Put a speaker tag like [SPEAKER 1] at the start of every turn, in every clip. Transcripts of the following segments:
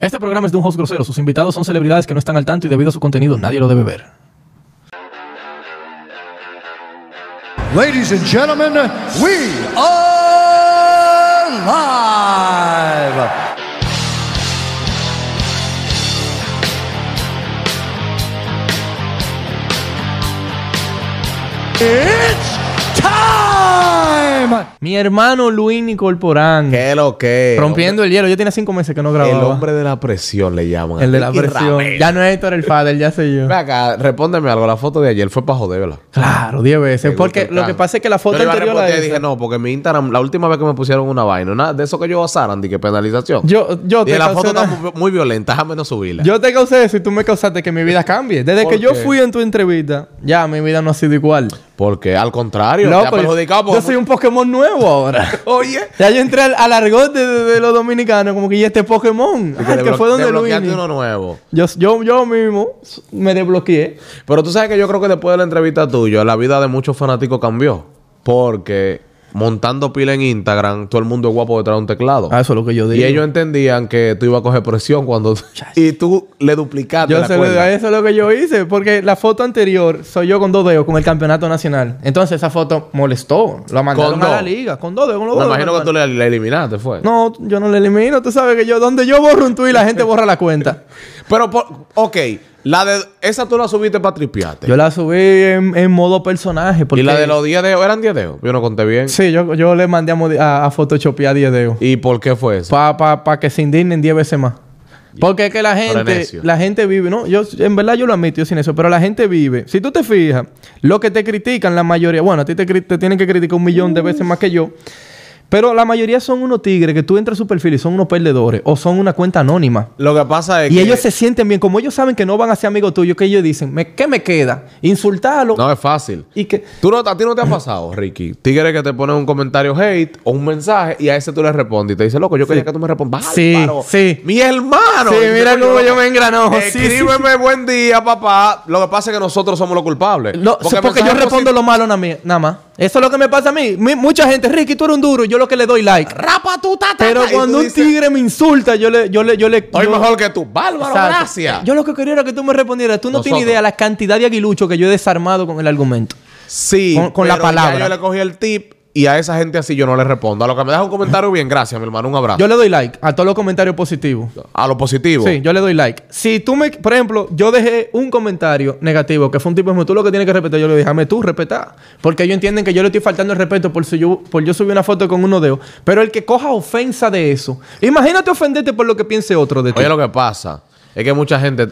[SPEAKER 1] Este programa es de un host grosero. Sus invitados son celebridades que no están al tanto y debido a su contenido nadie lo debe ver.
[SPEAKER 2] Ladies and gentlemen, we are live. It's time.
[SPEAKER 1] Mi hermano Luini Corporán.
[SPEAKER 3] ¿Qué lo que?
[SPEAKER 1] Rompiendo el hielo. Ya tiene cinco meses que no
[SPEAKER 3] El
[SPEAKER 1] grababa.
[SPEAKER 3] hombre, el hombre de la presión le llaman.
[SPEAKER 1] El de la
[SPEAKER 3] Y
[SPEAKER 1] presión.
[SPEAKER 3] Rabel.
[SPEAKER 1] Ya no es Héctor el Fader, ya soy yo.
[SPEAKER 3] Ven acá, respóndeme algo. La foto de ayer fue para joder, ¿verdad?
[SPEAKER 1] Claro, diez veces.
[SPEAKER 3] Me
[SPEAKER 1] Porque
[SPEAKER 3] gusta el
[SPEAKER 1] lo que
[SPEAKER 3] caso.
[SPEAKER 1] pasa es que la foto
[SPEAKER 3] Yo le iba a
[SPEAKER 1] anterior a
[SPEAKER 3] responder y
[SPEAKER 1] esa-
[SPEAKER 3] dije, no, porque mi Instagram, la última vez que me pusieron una vaina, una- de eso que yo asaran, dije, penalización.
[SPEAKER 1] Yo, yo
[SPEAKER 3] Dije,
[SPEAKER 1] te
[SPEAKER 3] la
[SPEAKER 1] causé
[SPEAKER 3] foto
[SPEAKER 1] una-
[SPEAKER 3] está muy, muy violenta, déjame no subirla.
[SPEAKER 1] Yo te causé eso y tú me causaste que mi vida cambie. Desde
[SPEAKER 3] ¿Por
[SPEAKER 1] que yo
[SPEAKER 3] qué?
[SPEAKER 1] fui en tu entrevista, ya mi vida no ha sido igual.
[SPEAKER 3] Porque al contrario, te ha
[SPEAKER 1] Loco, yo-
[SPEAKER 3] perjudicado.
[SPEAKER 1] yo
[SPEAKER 3] porque-
[SPEAKER 1] soy un Pokémon nuevo ahora.
[SPEAKER 3] Oye.
[SPEAKER 1] ya yo entré al, al argot de, de- de los dominicanos, como que ya este Pokémon.
[SPEAKER 3] Y
[SPEAKER 1] Ah, el que
[SPEAKER 3] desbloque-
[SPEAKER 1] fue donde Luis.
[SPEAKER 3] desbloqueaste uno nuevo.
[SPEAKER 1] Yo, yo, yo mismo me desbloqueé.
[SPEAKER 3] Pero tú sabes que yo creo que después de la entrevista tuya, la vida de muchos fanáticos cambió. Porque montando pila en Instagram, todo el mundo es guapo detrás de un teclado.
[SPEAKER 1] Ah, eso es lo que yo
[SPEAKER 3] y
[SPEAKER 1] digo.
[SPEAKER 3] ellos entendían que tú ibas a coger presión cuando... y tú le duplicaste
[SPEAKER 1] Yo
[SPEAKER 3] la
[SPEAKER 1] se lo-
[SPEAKER 3] cuerda.
[SPEAKER 1] eso es lo que yo hice, porque la foto anterior soy yo con dos dedos con el campeonato nacional. Entonces esa foto molestó. La mandaron
[SPEAKER 3] Con
[SPEAKER 1] a la
[SPEAKER 3] dos.
[SPEAKER 1] liga, con dos dedos, con los
[SPEAKER 3] Me
[SPEAKER 1] dos
[SPEAKER 3] imagino
[SPEAKER 1] dedos
[SPEAKER 3] que tú le, le eliminaste, fue.
[SPEAKER 1] No, yo no la elimino. Tú sabes que yo, donde yo borro un tuit, la gente borra la cuenta.
[SPEAKER 3] Pero, por- ok, la de... Esa tú la subiste para tripiarte.
[SPEAKER 1] Yo la subí en, en modo personaje. Porque...
[SPEAKER 3] Y la de los 10 dedos, ¿eran 10 dedos? Yo no conté bien.
[SPEAKER 1] Sí, yo, yo le mandé a, modi- a, a photoshopear 10 dedos.
[SPEAKER 3] ¿Y por qué fue eso?
[SPEAKER 1] Para pa, pa que se indignen 10 veces más. Porque es que la
[SPEAKER 3] Pero
[SPEAKER 1] gente,
[SPEAKER 3] necio.
[SPEAKER 1] la gente vive, no, yo en verdad yo lo admito yo sin eso, pero la gente vive. Si tú te fijas, lo que te critican la mayoría, bueno, a ti te, cri- te tienen que criticar un millón de veces más que yo, pero la mayoría son unos tigres que tú entras a su perfil y son unos perdedores o son una cuenta anónima.
[SPEAKER 3] Lo que pasa es
[SPEAKER 1] Y
[SPEAKER 3] que...
[SPEAKER 1] ellos se sienten bien, como ellos saben que no van a ser amigos tuyos, que ellos dicen, "Me- ¿qué me queda? Insultarlo.
[SPEAKER 3] No es fácil.
[SPEAKER 1] Y que
[SPEAKER 3] ¿Tú no, a ti no te ha pasado, Ricky. Tigre que te pone un comentario hate o un mensaje y a ese tú le respondes y te dice, loco, yo quería que tú me respondas.
[SPEAKER 1] Sí,
[SPEAKER 3] Bárbaro.
[SPEAKER 1] sí.
[SPEAKER 3] Mi hermano.
[SPEAKER 1] Sí,
[SPEAKER 3] Y yo,
[SPEAKER 1] mira
[SPEAKER 3] coño,
[SPEAKER 1] cómo
[SPEAKER 3] loco,
[SPEAKER 1] yo me engranojo. Sí, sí,
[SPEAKER 3] Escríbeme buen día, papá. Lo que pasa es que nosotros somos los culpables.
[SPEAKER 1] No, porque, yo
[SPEAKER 3] mensajes
[SPEAKER 1] respondo
[SPEAKER 3] posit-
[SPEAKER 1] lo malo na- mí- nada más. Eso es lo que me pasa a mí. Mi- mucha gente, Ricky, tú eres un duro, yo lo que le doy like.
[SPEAKER 3] Rapa tu tata.
[SPEAKER 1] Pero
[SPEAKER 3] y tú
[SPEAKER 1] cuando un
[SPEAKER 3] dices,
[SPEAKER 1] tigre me insulta, yo le, yo le, yo le.
[SPEAKER 3] Soy
[SPEAKER 1] yo-
[SPEAKER 3] mejor que tú. Bárbaro,
[SPEAKER 1] Exacto.
[SPEAKER 3] gracias.
[SPEAKER 1] Yo lo que quería era que tú me respondieras. Tú no tienes
[SPEAKER 3] Nosotros.
[SPEAKER 1] idea la cantidad de aguilucho que yo he desarmado con el argumento.
[SPEAKER 3] Sí.
[SPEAKER 1] Con- con la
[SPEAKER 3] pero ya
[SPEAKER 1] palabra.
[SPEAKER 3] yo le cogí el tip y a esa gente así yo no le respondo. A lo que me deja un comentario bien, gracias, mi hermano. Un abrazo.
[SPEAKER 1] Yo le doy like a todos los comentarios positivos.
[SPEAKER 3] A lo positivo.
[SPEAKER 1] Sí, yo le doy like. Si tú me, por ejemplo, yo dejé un comentario negativo que fue un tipo, como tú lo que tienes que respetar, yo le dije, déjame tú respetar. Porque ellos entienden que yo le estoy faltando el respeto por, si yo, por yo subí una foto con uno de ellos. Pero el que coja ofensa de eso, imagínate ofenderte por lo que piense otro de ti.
[SPEAKER 3] Oye, lo que pasa es que mucha gente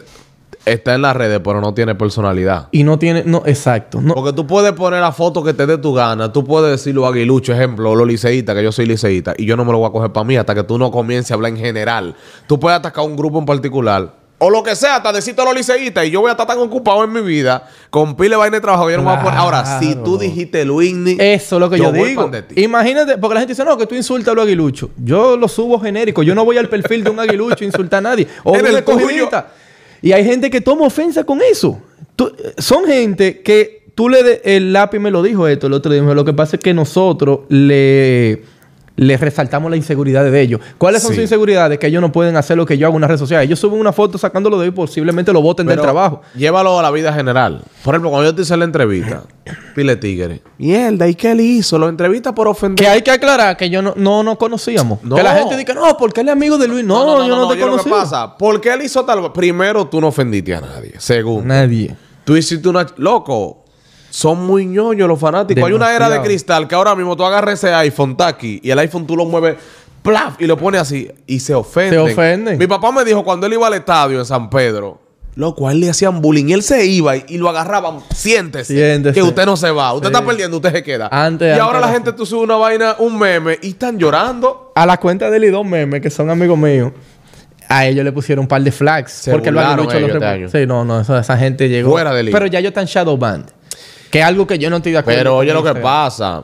[SPEAKER 3] está en las redes, pero no tiene personalidad.
[SPEAKER 1] Y no tiene, no, exacto. No,
[SPEAKER 3] Porque tú puedes poner la foto que te dé tu gana. Tú puedes decir los aguiluchos, ejemplo, los liceístas, que yo soy liceísta, y yo no me lo voy a coger para mí hasta que tú no comiences a hablar en general. Tú puedes atacar a un grupo en particular. O lo que sea, hasta decirte a los liceístas, y yo voy a estar tan ocupado en mi vida, con pile vaina de trabajo, yo no me voy a poner. Ahora, si tú dijiste Luigny,
[SPEAKER 1] eso es lo que yo,
[SPEAKER 3] voy
[SPEAKER 1] digo.
[SPEAKER 3] pan de ti.
[SPEAKER 1] Imagínate, porque la gente dice, no, que tú insultas a los aguiluchos. Yo lo subo genérico. Yo no voy al perfil de un aguilucho a insultar a nadie. O
[SPEAKER 3] En
[SPEAKER 1] de una
[SPEAKER 3] el tuyo.
[SPEAKER 1] escogidita. Y hay gente que toma ofensa con eso. Tú- son gente que tú le... de- el lápiz me lo dijo esto el otro día. me dijo, Lo que pasa es que nosotros le... Les resaltamos la inseguridad de ellos. ¿Cuáles son
[SPEAKER 3] Sí.
[SPEAKER 1] sus inseguridades? Que ellos no pueden hacer lo que yo hago en las redes sociales. Ellos suben una foto sacándolo de ahí, posiblemente lo voten del
[SPEAKER 3] Pero
[SPEAKER 1] trabajo.
[SPEAKER 3] Llévalo a la vida general. Por ejemplo, cuando yo te hice la entrevista, pile tigre. Mierda, ¿y qué él hizo? Lo entrevista por
[SPEAKER 1] Que
[SPEAKER 3] ofender.
[SPEAKER 1] hay que aclarar que yo no, no nos conocíamos.
[SPEAKER 3] No.
[SPEAKER 1] Que la gente diga, no, porque él es amigo de Luis. No, yo no, te
[SPEAKER 3] oye lo que
[SPEAKER 1] conocía.
[SPEAKER 3] pasa? ¿Por qué él hizo tal? Primero, tú no ofendiste a nadie. Segundo,
[SPEAKER 1] Nadie.
[SPEAKER 3] tú hiciste una. Loco, son muy ñoños los fanáticos. Hay una era de
[SPEAKER 1] Demasiado.
[SPEAKER 3] cristal que ahora mismo tú agarras ese iPhone taqui y el iPhone tú lo mueves. Plaf, y lo pones así y se ofenden.
[SPEAKER 1] Se ofenden.
[SPEAKER 3] Mi papá me dijo cuando él iba al estadio en San Pedro, loco, a él le hacían bullying. Y él se iba y, y lo agarraban. Siéntese,
[SPEAKER 1] Siéntese.
[SPEAKER 3] Que usted no se va. Usted está perdiendo, usted se queda.
[SPEAKER 1] Antes-
[SPEAKER 3] y
[SPEAKER 1] antes
[SPEAKER 3] ahora la
[SPEAKER 1] era
[SPEAKER 3] gente tú sube una vaina, un meme y están llorando.
[SPEAKER 1] A la cuenta de Lidón Meme, que son amigos míos, a ellos le pusieron un par de flags.
[SPEAKER 3] Se
[SPEAKER 1] porque
[SPEAKER 3] burlaron
[SPEAKER 1] lo han
[SPEAKER 3] ellos este año.
[SPEAKER 1] Sí, no, no, esa, esa gente llegó.
[SPEAKER 3] Fuera de liga.
[SPEAKER 1] Pero ya ellos están shadow band. Que es algo que yo no estoy de acuerdo.
[SPEAKER 3] Pero
[SPEAKER 1] con
[SPEAKER 3] oye lo
[SPEAKER 1] ellos,
[SPEAKER 3] que
[SPEAKER 1] pero-
[SPEAKER 3] pasa.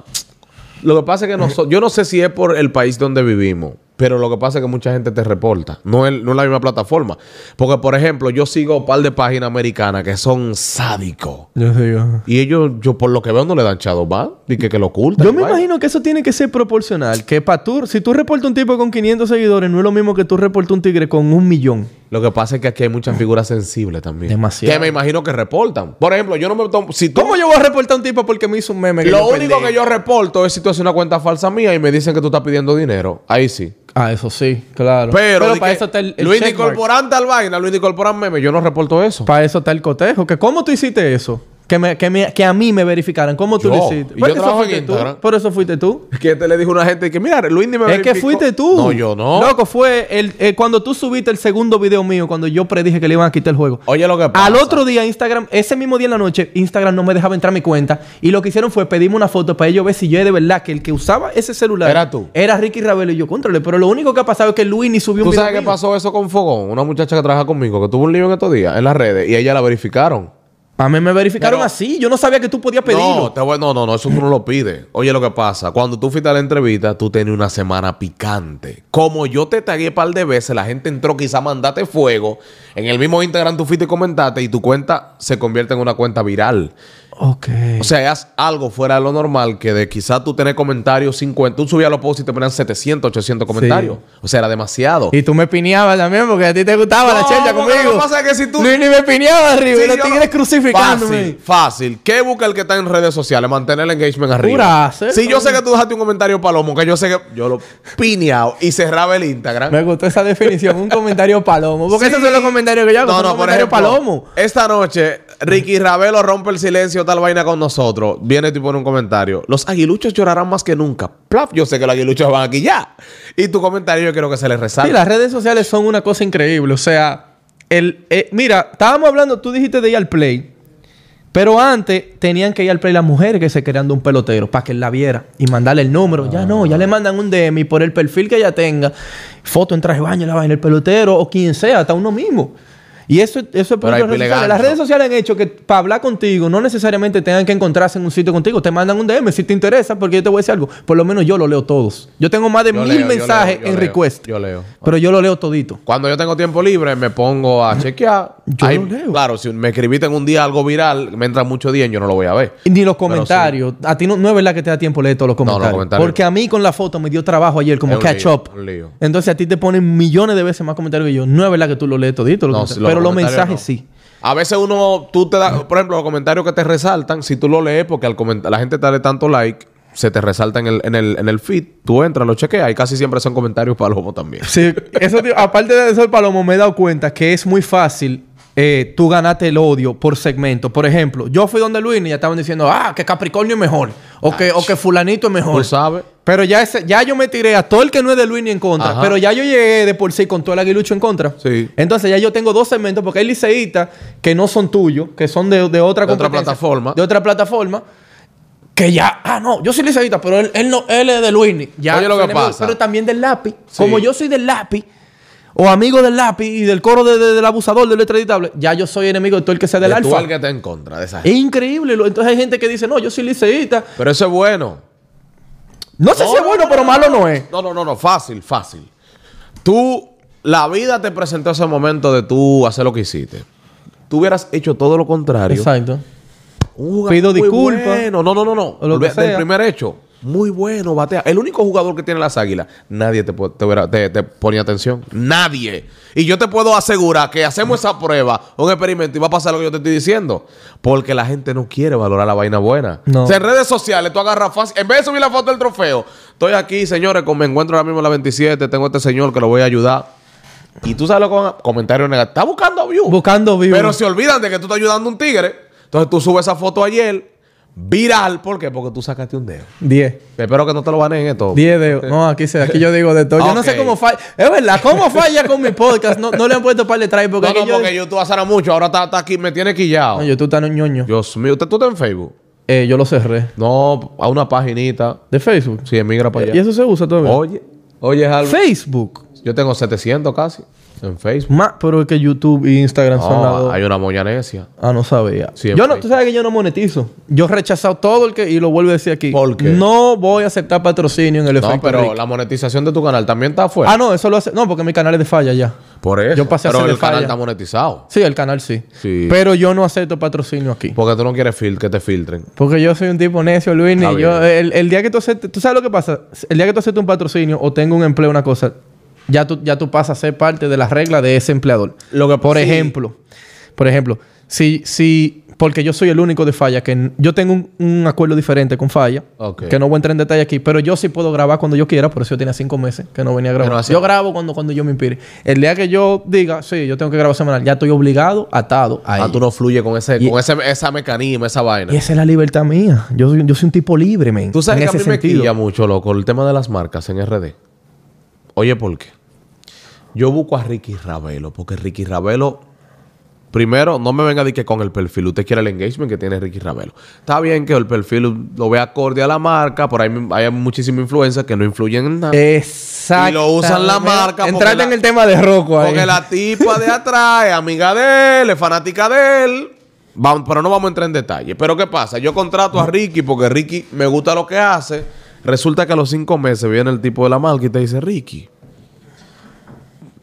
[SPEAKER 3] Lo que pasa es que nosotros, yo no sé si es por el país donde vivimos, Pero lo que pasa es que mucha gente te reporta. No es, no es la misma plataforma. Porque, por ejemplo, yo sigo un par de páginas americanas que son sádicos.
[SPEAKER 1] Yo digo.
[SPEAKER 3] Y ellos, yo por lo que veo, no le dan shadow ban. Y que, que lo ocultan.
[SPEAKER 1] Yo
[SPEAKER 3] y
[SPEAKER 1] me
[SPEAKER 3] vaina.
[SPEAKER 1] imagino que eso tiene que ser proporcional. Que para tú, si tú reportas un tipo con 500 seguidores, no es lo mismo que tú reportas un tigre con un millón.
[SPEAKER 3] Lo que pasa es que aquí hay muchas figuras sensibles también.
[SPEAKER 1] Demasiado.
[SPEAKER 3] Que me imagino que reportan. Por ejemplo, yo no me tomo. Si tú-
[SPEAKER 1] ¿Cómo yo voy a reportar a un tipo porque me hizo un meme? que
[SPEAKER 3] Lo
[SPEAKER 1] yo
[SPEAKER 3] único
[SPEAKER 1] perdí?
[SPEAKER 3] que yo reporto es si tú haces una cuenta falsa mía y me dicen que tú estás pidiendo dinero. Ahí sí.
[SPEAKER 1] Ah, eso sí, claro.
[SPEAKER 3] Pero, di
[SPEAKER 1] para
[SPEAKER 3] que
[SPEAKER 1] eso está el, el
[SPEAKER 3] Luis de
[SPEAKER 1] checkmark.
[SPEAKER 3] Corporán tal vaina, Luis de Corporán meme. Yo no reporto eso.
[SPEAKER 1] Para eso está el cotejo. Que ¿Cómo tú hiciste eso? Que, me, que, me- que a mí me verificaran. ¿Cómo tú
[SPEAKER 3] Yo.
[SPEAKER 1] lo hiciste?
[SPEAKER 3] Y
[SPEAKER 1] Por
[SPEAKER 3] yo
[SPEAKER 1] eso
[SPEAKER 3] trabajo en
[SPEAKER 1] fuiste tú.
[SPEAKER 3] Instagram.
[SPEAKER 1] Por eso fuiste tú.
[SPEAKER 3] que te le dijo una gente que, mira, Luis me
[SPEAKER 1] Es que
[SPEAKER 3] verificó".
[SPEAKER 1] fuiste tú.
[SPEAKER 3] No, yo no.
[SPEAKER 1] Loco, fue el, eh, cuando tú subiste el segundo video mío, cuando yo predije que le iban a quitar el juego.
[SPEAKER 3] Oye lo que pasa.
[SPEAKER 1] Al otro día, Instagram, ese mismo día en la noche, Instagram no me dejaba entrar a mi cuenta. Y lo que hicieron fue pedirme una foto para ellos ver si yo de verdad que el que usaba ese celular
[SPEAKER 3] Era tú.
[SPEAKER 1] Era Ricky Ravelo y yo, controle. Pero lo único que ha pasado es que Luis ni subió un
[SPEAKER 3] ¿Tú
[SPEAKER 1] video.
[SPEAKER 3] sabes qué
[SPEAKER 1] mío.
[SPEAKER 3] pasó eso con Fogón? Una muchacha que trabaja conmigo, que tuvo un lío en estos días en las redes y ella la verificaron.
[SPEAKER 1] A mí me verificaron
[SPEAKER 3] Pero-
[SPEAKER 1] así. Yo no sabía que tú podías pedirlo.
[SPEAKER 3] No, te voy- no, no, no, eso tú no lo pides. Oye, lo que pasa, cuando tú fuiste a la entrevista, tú tenías una semana picante. Como yo te tagué un par de veces, la gente entró, quizá mandaste fuego. En el mismo Instagram tú fuiste y comentaste y tu cuenta se convierte en una cuenta viral.
[SPEAKER 1] Ok.
[SPEAKER 3] O sea, haz algo fuera de lo normal que de quizá tú tenés comentarios 50, tú subías los posts y te ponían 700, 800 comentarios. O sea, era demasiado.
[SPEAKER 1] Y tú me pineabas también porque a ti te gustaba la
[SPEAKER 3] No,
[SPEAKER 1] chelcha
[SPEAKER 3] porque
[SPEAKER 1] conmigo.
[SPEAKER 3] lo que pasa es que si tú-
[SPEAKER 1] Luis ni me pineaba arriba y
[SPEAKER 3] Sí,
[SPEAKER 1] los
[SPEAKER 3] yo
[SPEAKER 1] tigres
[SPEAKER 3] no-
[SPEAKER 1] crucificándome.
[SPEAKER 3] Fácil, fácil. ¿Qué busca el que está en redes sociales? Mantener el engagement
[SPEAKER 1] Pura
[SPEAKER 3] arriba.
[SPEAKER 1] hacer,
[SPEAKER 3] Si yo
[SPEAKER 1] ¿no?
[SPEAKER 3] sé que tú dejaste un comentario palomo, que yo sé que yo lo pineado y cerraba el Instagram.
[SPEAKER 1] Me gustó esa definición, un comentario palomo. Porque
[SPEAKER 3] Sí.
[SPEAKER 1] esos son los comentarios que yo hago.
[SPEAKER 3] No,
[SPEAKER 1] son
[SPEAKER 3] no, por
[SPEAKER 1] comentarios
[SPEAKER 3] ejemplo,
[SPEAKER 1] palomo.
[SPEAKER 3] esta noche Ricky Ravelo rompe el silencio, tal vaina con nosotros. Viene tú y pone un comentario. Los aguiluchos llorarán más que nunca. Plaf, yo sé que los aguiluchos van aquí ya. Y tu comentario yo quiero que se les resalte.
[SPEAKER 1] Sí, las redes sociales son una cosa increíble. O sea, el, eh, mira, estábamos hablando, tú dijiste de ir al play. Pero antes tenían que ir al play las mujeres que se querían de un pelotero para que él la viera y mandarle el número. Ya no, ya
[SPEAKER 3] Ah.
[SPEAKER 1] le mandan un DM y por el perfil que ella tenga, foto en traje de baño, la vaina, el pelotero o quien sea, hasta uno mismo. Y eso, eso es por
[SPEAKER 3] Pero hay
[SPEAKER 1] las redes
[SPEAKER 3] pile
[SPEAKER 1] sociales. Las
[SPEAKER 3] gancho.
[SPEAKER 1] redes sociales han hecho que para hablar contigo no necesariamente tengan que encontrarse en un sitio contigo. Te mandan un DM si te interesa, porque yo te voy a decir algo. Por lo menos yo lo leo todos. Yo tengo más de
[SPEAKER 3] Yo
[SPEAKER 1] mil
[SPEAKER 3] leo, yo
[SPEAKER 1] mensajes
[SPEAKER 3] leo, yo
[SPEAKER 1] en
[SPEAKER 3] leo,
[SPEAKER 1] request.
[SPEAKER 3] yo leo.
[SPEAKER 1] Pero yo lo leo todito.
[SPEAKER 3] Cuando yo tengo tiempo libre, me pongo a chequear.
[SPEAKER 1] Yo
[SPEAKER 3] Ahí-
[SPEAKER 1] lo leo.
[SPEAKER 3] Claro, si me escribiste en un día algo viral, me entra mucho día y yo no lo voy a ver.
[SPEAKER 1] Y Ni los comentarios. A ti no, no es verdad que te da tiempo leer todos los
[SPEAKER 3] los
[SPEAKER 1] comentarios.
[SPEAKER 3] comentarios.
[SPEAKER 1] Porque a mí con la foto me dio trabajo ayer, como
[SPEAKER 3] Es un
[SPEAKER 1] catch
[SPEAKER 3] lío,
[SPEAKER 1] up.
[SPEAKER 3] un lío.
[SPEAKER 1] Entonces a ti te ponen millones de veces más comentarios que yo. No es verdad que tú lo lees todito. los
[SPEAKER 3] No,
[SPEAKER 1] comentarios.
[SPEAKER 3] si los
[SPEAKER 1] pero los
[SPEAKER 3] comentarios
[SPEAKER 1] mensajes
[SPEAKER 3] no.
[SPEAKER 1] sí.
[SPEAKER 3] A veces uno, tú te das, por ejemplo, los comentarios que te resaltan, si tú lo lees porque al coment- la gente te da tanto like, se te resalta en el, en el, en el feed, tú entras, lo chequeas y casi siempre son comentarios palomos también.
[SPEAKER 1] Sí, eso, te- aparte de eso, Palomo, me he dado cuenta que es muy fácil eh, tú ganarte el odio por segmento. Por ejemplo, yo fui donde Luis y ya estaban diciendo, ah, que Capricornio es mejor. O, que, o que Fulanito es mejor.
[SPEAKER 3] Ah, Tú sabes.
[SPEAKER 1] Pero ya, ese- ya yo me tiré a todo el que no es de Luis ni en contra.
[SPEAKER 3] Ajá.
[SPEAKER 1] Pero ya yo llegué de por sí con todo el aguilucho en contra.
[SPEAKER 3] Sí.
[SPEAKER 1] Entonces ya yo tengo dos segmentos porque hay liceístas que no son tuyos, que son de, de otra
[SPEAKER 3] De otra
[SPEAKER 1] competencia,
[SPEAKER 3] plataforma.
[SPEAKER 1] De otra plataforma. Que ya, ah, no, yo soy liceísta, pero él, él no, él es de Luis. Ya,
[SPEAKER 3] Oye, lo
[SPEAKER 1] soy
[SPEAKER 3] que
[SPEAKER 1] enemigo,
[SPEAKER 3] pasa.
[SPEAKER 1] Pero también del lápiz.
[SPEAKER 3] Sí.
[SPEAKER 1] Como yo soy del lápiz, o amigo del lápiz y del coro de- de- del abusador, del extraditable, ya yo soy enemigo de todo el que sea del
[SPEAKER 3] De tú
[SPEAKER 1] alfa.
[SPEAKER 3] al que te en contra de esa gente.
[SPEAKER 1] Es increíble. lo- Entonces hay gente que dice, no, yo soy liceísta.
[SPEAKER 3] Pero eso es bueno.
[SPEAKER 1] No sé
[SPEAKER 3] No,
[SPEAKER 1] si es
[SPEAKER 3] no,
[SPEAKER 1] bueno,
[SPEAKER 3] no,
[SPEAKER 1] pero
[SPEAKER 3] no,
[SPEAKER 1] malo
[SPEAKER 3] no.
[SPEAKER 1] no es.
[SPEAKER 3] No, no, no, no, fácil, fácil. Tú, la vida te presentó ese momento de tú hacer lo que hiciste. Tú hubieras hecho todo lo contrario.
[SPEAKER 1] Exacto.
[SPEAKER 3] Un jugador
[SPEAKER 1] Pido
[SPEAKER 3] muy
[SPEAKER 1] disculpas.
[SPEAKER 3] bueno. No, no, no, no.
[SPEAKER 1] O lo que
[SPEAKER 3] Olvídate del
[SPEAKER 1] sea.
[SPEAKER 3] primer hecho. Muy bueno, batea. El único jugador que tiene las águilas, nadie te, po- te, hubiera- te- te ponía atención. Nadie. Y yo te puedo asegurar que hacemos esa prueba, un experimento, y va a pasar lo que yo te estoy diciendo. Porque la gente no quiere valorar la vaina buena.
[SPEAKER 1] No.
[SPEAKER 3] O sea, en redes sociales tú agarras fácil. En vez de subir la foto del trofeo, estoy aquí, señores, con- me encuentro ahora mismo en la 27, tengo a este señor que lo voy a ayudar. Y tú sabes lo que van a- Comentarios negativos. Está buscando views.
[SPEAKER 1] Buscando views.
[SPEAKER 3] Pero se olvidan de que tú estás ayudando a un tigre. Entonces tú subes esa foto ayer, viral. ¿Por qué? Porque tú sacaste un dedo.
[SPEAKER 1] 10.
[SPEAKER 3] Espero que no te lo baneen esto.
[SPEAKER 1] 10 de... No, aquí, se, aquí yo digo de todo. Yo no sé
[SPEAKER 3] Ok.
[SPEAKER 1] cómo falla. Es verdad, ¿cómo falla con mi podcast? No, no le han puesto par de try porque
[SPEAKER 3] No,
[SPEAKER 1] aquí
[SPEAKER 3] no,
[SPEAKER 1] yo...
[SPEAKER 3] porque YouTube asara mucho. Ahora está, está aquí, me tiene quillado.
[SPEAKER 1] No, YouTube está ñoño.
[SPEAKER 3] Dios mío, ¿usted tú estás en Facebook?
[SPEAKER 1] Eh, yo lo cerré.
[SPEAKER 3] No, a una paginita.
[SPEAKER 1] ¿De Facebook? Pues, Eh,
[SPEAKER 3] Sí, emigra para allá.
[SPEAKER 1] ¿Y eso se usa todavía?
[SPEAKER 3] Oye, oye, Alba.
[SPEAKER 1] Facebook.
[SPEAKER 3] Yo tengo 700 casi. En Facebook.
[SPEAKER 1] Más, pero es que YouTube e Instagram son las
[SPEAKER 3] No,
[SPEAKER 1] dos.
[SPEAKER 3] hay una moña necia.
[SPEAKER 1] Ah, no sabía.
[SPEAKER 3] Sí, en
[SPEAKER 1] yo no, tú
[SPEAKER 3] Facebook.
[SPEAKER 1] sabes que yo no monetizo. Yo he rechazado todo el que, y lo vuelvo a decir aquí.
[SPEAKER 3] ¿Por qué?
[SPEAKER 1] No voy a aceptar patrocinio en el
[SPEAKER 3] No,
[SPEAKER 1] efecto.
[SPEAKER 3] pero
[SPEAKER 1] Ricky.
[SPEAKER 3] la monetización de tu canal también está afuera.
[SPEAKER 1] Ah, no, eso lo hace. No, porque mi canal es de falla ya.
[SPEAKER 3] Por eso.
[SPEAKER 1] Ah, Yo pasé a
[SPEAKER 3] pero
[SPEAKER 1] hacer
[SPEAKER 3] el
[SPEAKER 1] de
[SPEAKER 3] canal
[SPEAKER 1] falla.
[SPEAKER 3] está monetizado.
[SPEAKER 1] Sí, el canal sí.
[SPEAKER 3] Sí.
[SPEAKER 1] Pero yo no acepto patrocinio aquí.
[SPEAKER 3] Porque tú no quieres fil que te filtren.
[SPEAKER 1] Porque yo soy un tipo necio, Luis.
[SPEAKER 3] Está
[SPEAKER 1] Y yo,
[SPEAKER 3] bien.
[SPEAKER 1] el, el día que tú aceptes, tú sabes lo que pasa. El día que tú aceptes un patrocinio o tengo un empleo, una cosa, ya tú, ya tú pasas a ser parte de las reglas de ese empleador.
[SPEAKER 3] Lo que-
[SPEAKER 1] por
[SPEAKER 3] sí.
[SPEAKER 1] ejemplo, por ejemplo, si, si, porque yo soy el único de falla, que n- yo tengo un, un acuerdo diferente con falla,
[SPEAKER 3] Ok.
[SPEAKER 1] que no voy a entrar en detalle aquí, pero yo sí puedo grabar cuando yo quiera, por eso yo tenía cinco meses que no venía a grabar.
[SPEAKER 3] Pero así-
[SPEAKER 1] yo grabo cuando, cuando yo me inspire. El día que yo diga, sí, yo tengo que grabar semanal, ya estoy obligado, atado a
[SPEAKER 3] Ah,
[SPEAKER 1] ello.
[SPEAKER 3] tú no fluyes con ese,
[SPEAKER 1] Y-
[SPEAKER 3] con ese, esa mecanismo, esa vaina.
[SPEAKER 1] Y esa es la libertad mía. Yo soy, yo soy un tipo libre, men.
[SPEAKER 3] Tú sabes
[SPEAKER 1] en
[SPEAKER 3] que a mí
[SPEAKER 1] ese
[SPEAKER 3] me
[SPEAKER 1] sentido.
[SPEAKER 3] quilla mucho, loco, el tema de las marcas en RD. Oye, ¿por qué? Yo busco a Ricky Ravelo, porque Ricky Ravelo, primero, no me venga de que con el perfil usted quiere el engagement que tiene Ricky Ravelo. Está bien que el perfil lo vea acorde a la marca, por ahí hay muchísimas influencias que no influyen en nada.
[SPEAKER 1] Exacto.
[SPEAKER 3] Y lo usan la marca porque
[SPEAKER 1] Entrate
[SPEAKER 3] la-
[SPEAKER 1] en el tema de Rocco ahí.
[SPEAKER 3] Porque la tipa de atrás es amiga de él, es fanática de él. Vamos- pero no vamos a entrar en detalle. Pero ¿qué pasa? Yo contrato a Ricky porque Ricky me gusta lo que hace. Resulta que a los cinco meses viene el tipo de la marca y te dice, Ricky,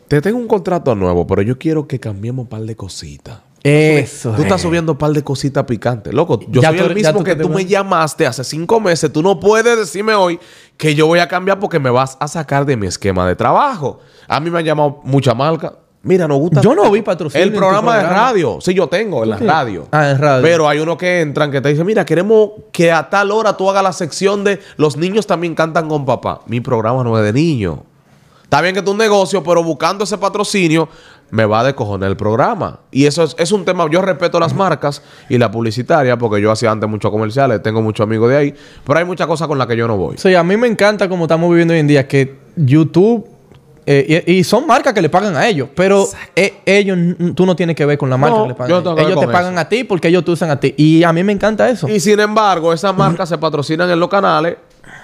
[SPEAKER 3] te tengo un contrato nuevo, pero yo quiero que cambiemos un par de cositas.
[SPEAKER 1] Eso.
[SPEAKER 3] Tú estás
[SPEAKER 1] eh.
[SPEAKER 3] subiendo un par de cositas picantes. Loco, yo
[SPEAKER 1] Ya
[SPEAKER 3] soy
[SPEAKER 1] tú-
[SPEAKER 3] el
[SPEAKER 1] ya
[SPEAKER 3] mismo
[SPEAKER 1] tú
[SPEAKER 3] que
[SPEAKER 1] te
[SPEAKER 3] tú me
[SPEAKER 1] vas.
[SPEAKER 3] llamaste hace cinco meses. Tú no puedes decirme hoy que yo voy a cambiar porque me vas a sacar de mi esquema de trabajo. A mí me han llamado mucha marca. Mira, nos gusta.
[SPEAKER 1] Yo no vi patrocinio
[SPEAKER 3] El
[SPEAKER 1] en tu
[SPEAKER 3] programa de
[SPEAKER 1] programa.
[SPEAKER 3] radio. Sí, yo tengo en la
[SPEAKER 1] tienes?
[SPEAKER 3] radio.
[SPEAKER 1] Ah, en radio.
[SPEAKER 3] Pero hay unos que entran que te dicen, mira, queremos que a tal hora tú hagas la sección de los niños también cantan con papá. Mi programa no es de niños. Está bien que es un negocio, pero buscando ese patrocinio me va a descojonar el programa. Y eso es, es un tema. Yo respeto las marcas y la publicitaria, porque yo hacía antes muchos comerciales, tengo muchos amigos de ahí, pero hay muchas cosas con las que yo no voy.
[SPEAKER 1] Sí, a mí me encanta como estamos viviendo hoy en día, que YouTube. eh, y, y son marcas que le pagan a ellos, pero eh, ellos, n- tú no tienes que ver con la marca
[SPEAKER 3] No,
[SPEAKER 1] que le pagan.
[SPEAKER 3] yo
[SPEAKER 1] a
[SPEAKER 3] no tengo
[SPEAKER 1] ellos
[SPEAKER 3] que ver
[SPEAKER 1] Ellos te
[SPEAKER 3] con
[SPEAKER 1] pagan
[SPEAKER 3] eso.
[SPEAKER 1] a ti porque ellos te usan a ti. Y a mí me encanta eso.
[SPEAKER 3] Y sin embargo, esas marcas se patrocinan en los canales,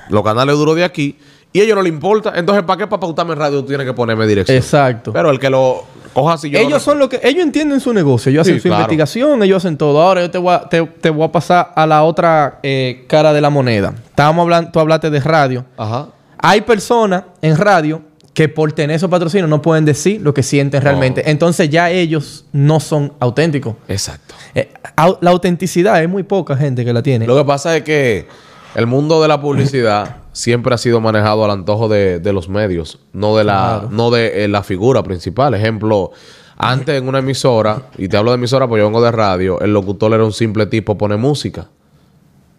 [SPEAKER 3] los canales duros de aquí, y a ellos no les importa. Entonces, ¿para qué para pautarme en radio tú tienes que ponerme dirección?
[SPEAKER 1] Exacto.
[SPEAKER 3] Pero el que lo coja así yo. lo
[SPEAKER 1] ellos son lo que ellos entienden su negocio, ellos
[SPEAKER 3] Sí,
[SPEAKER 1] hacen su
[SPEAKER 3] claro.
[SPEAKER 1] investigación, ellos hacen todo. Ahora yo te voy a, te, te voy a pasar a la otra eh, cara de la moneda. Estábamos hablando, tú hablaste de radio.
[SPEAKER 3] Ajá.
[SPEAKER 1] Hay personas en radio que por tener esos patrocinios no pueden decir lo que sienten realmente. Entonces ya ellos no son auténticos.
[SPEAKER 3] Exacto.
[SPEAKER 1] Eh, au- la autenticidad es muy poca gente que la tiene.
[SPEAKER 3] Lo que pasa es que el mundo de la publicidad siempre ha sido manejado al antojo de, de los medios, no de la,
[SPEAKER 1] Claro.
[SPEAKER 3] no de eh, la figura principal. Ejemplo, antes en una emisora, y te hablo de emisora porque yo vengo de radio, el locutor era un simple tipo, pone música.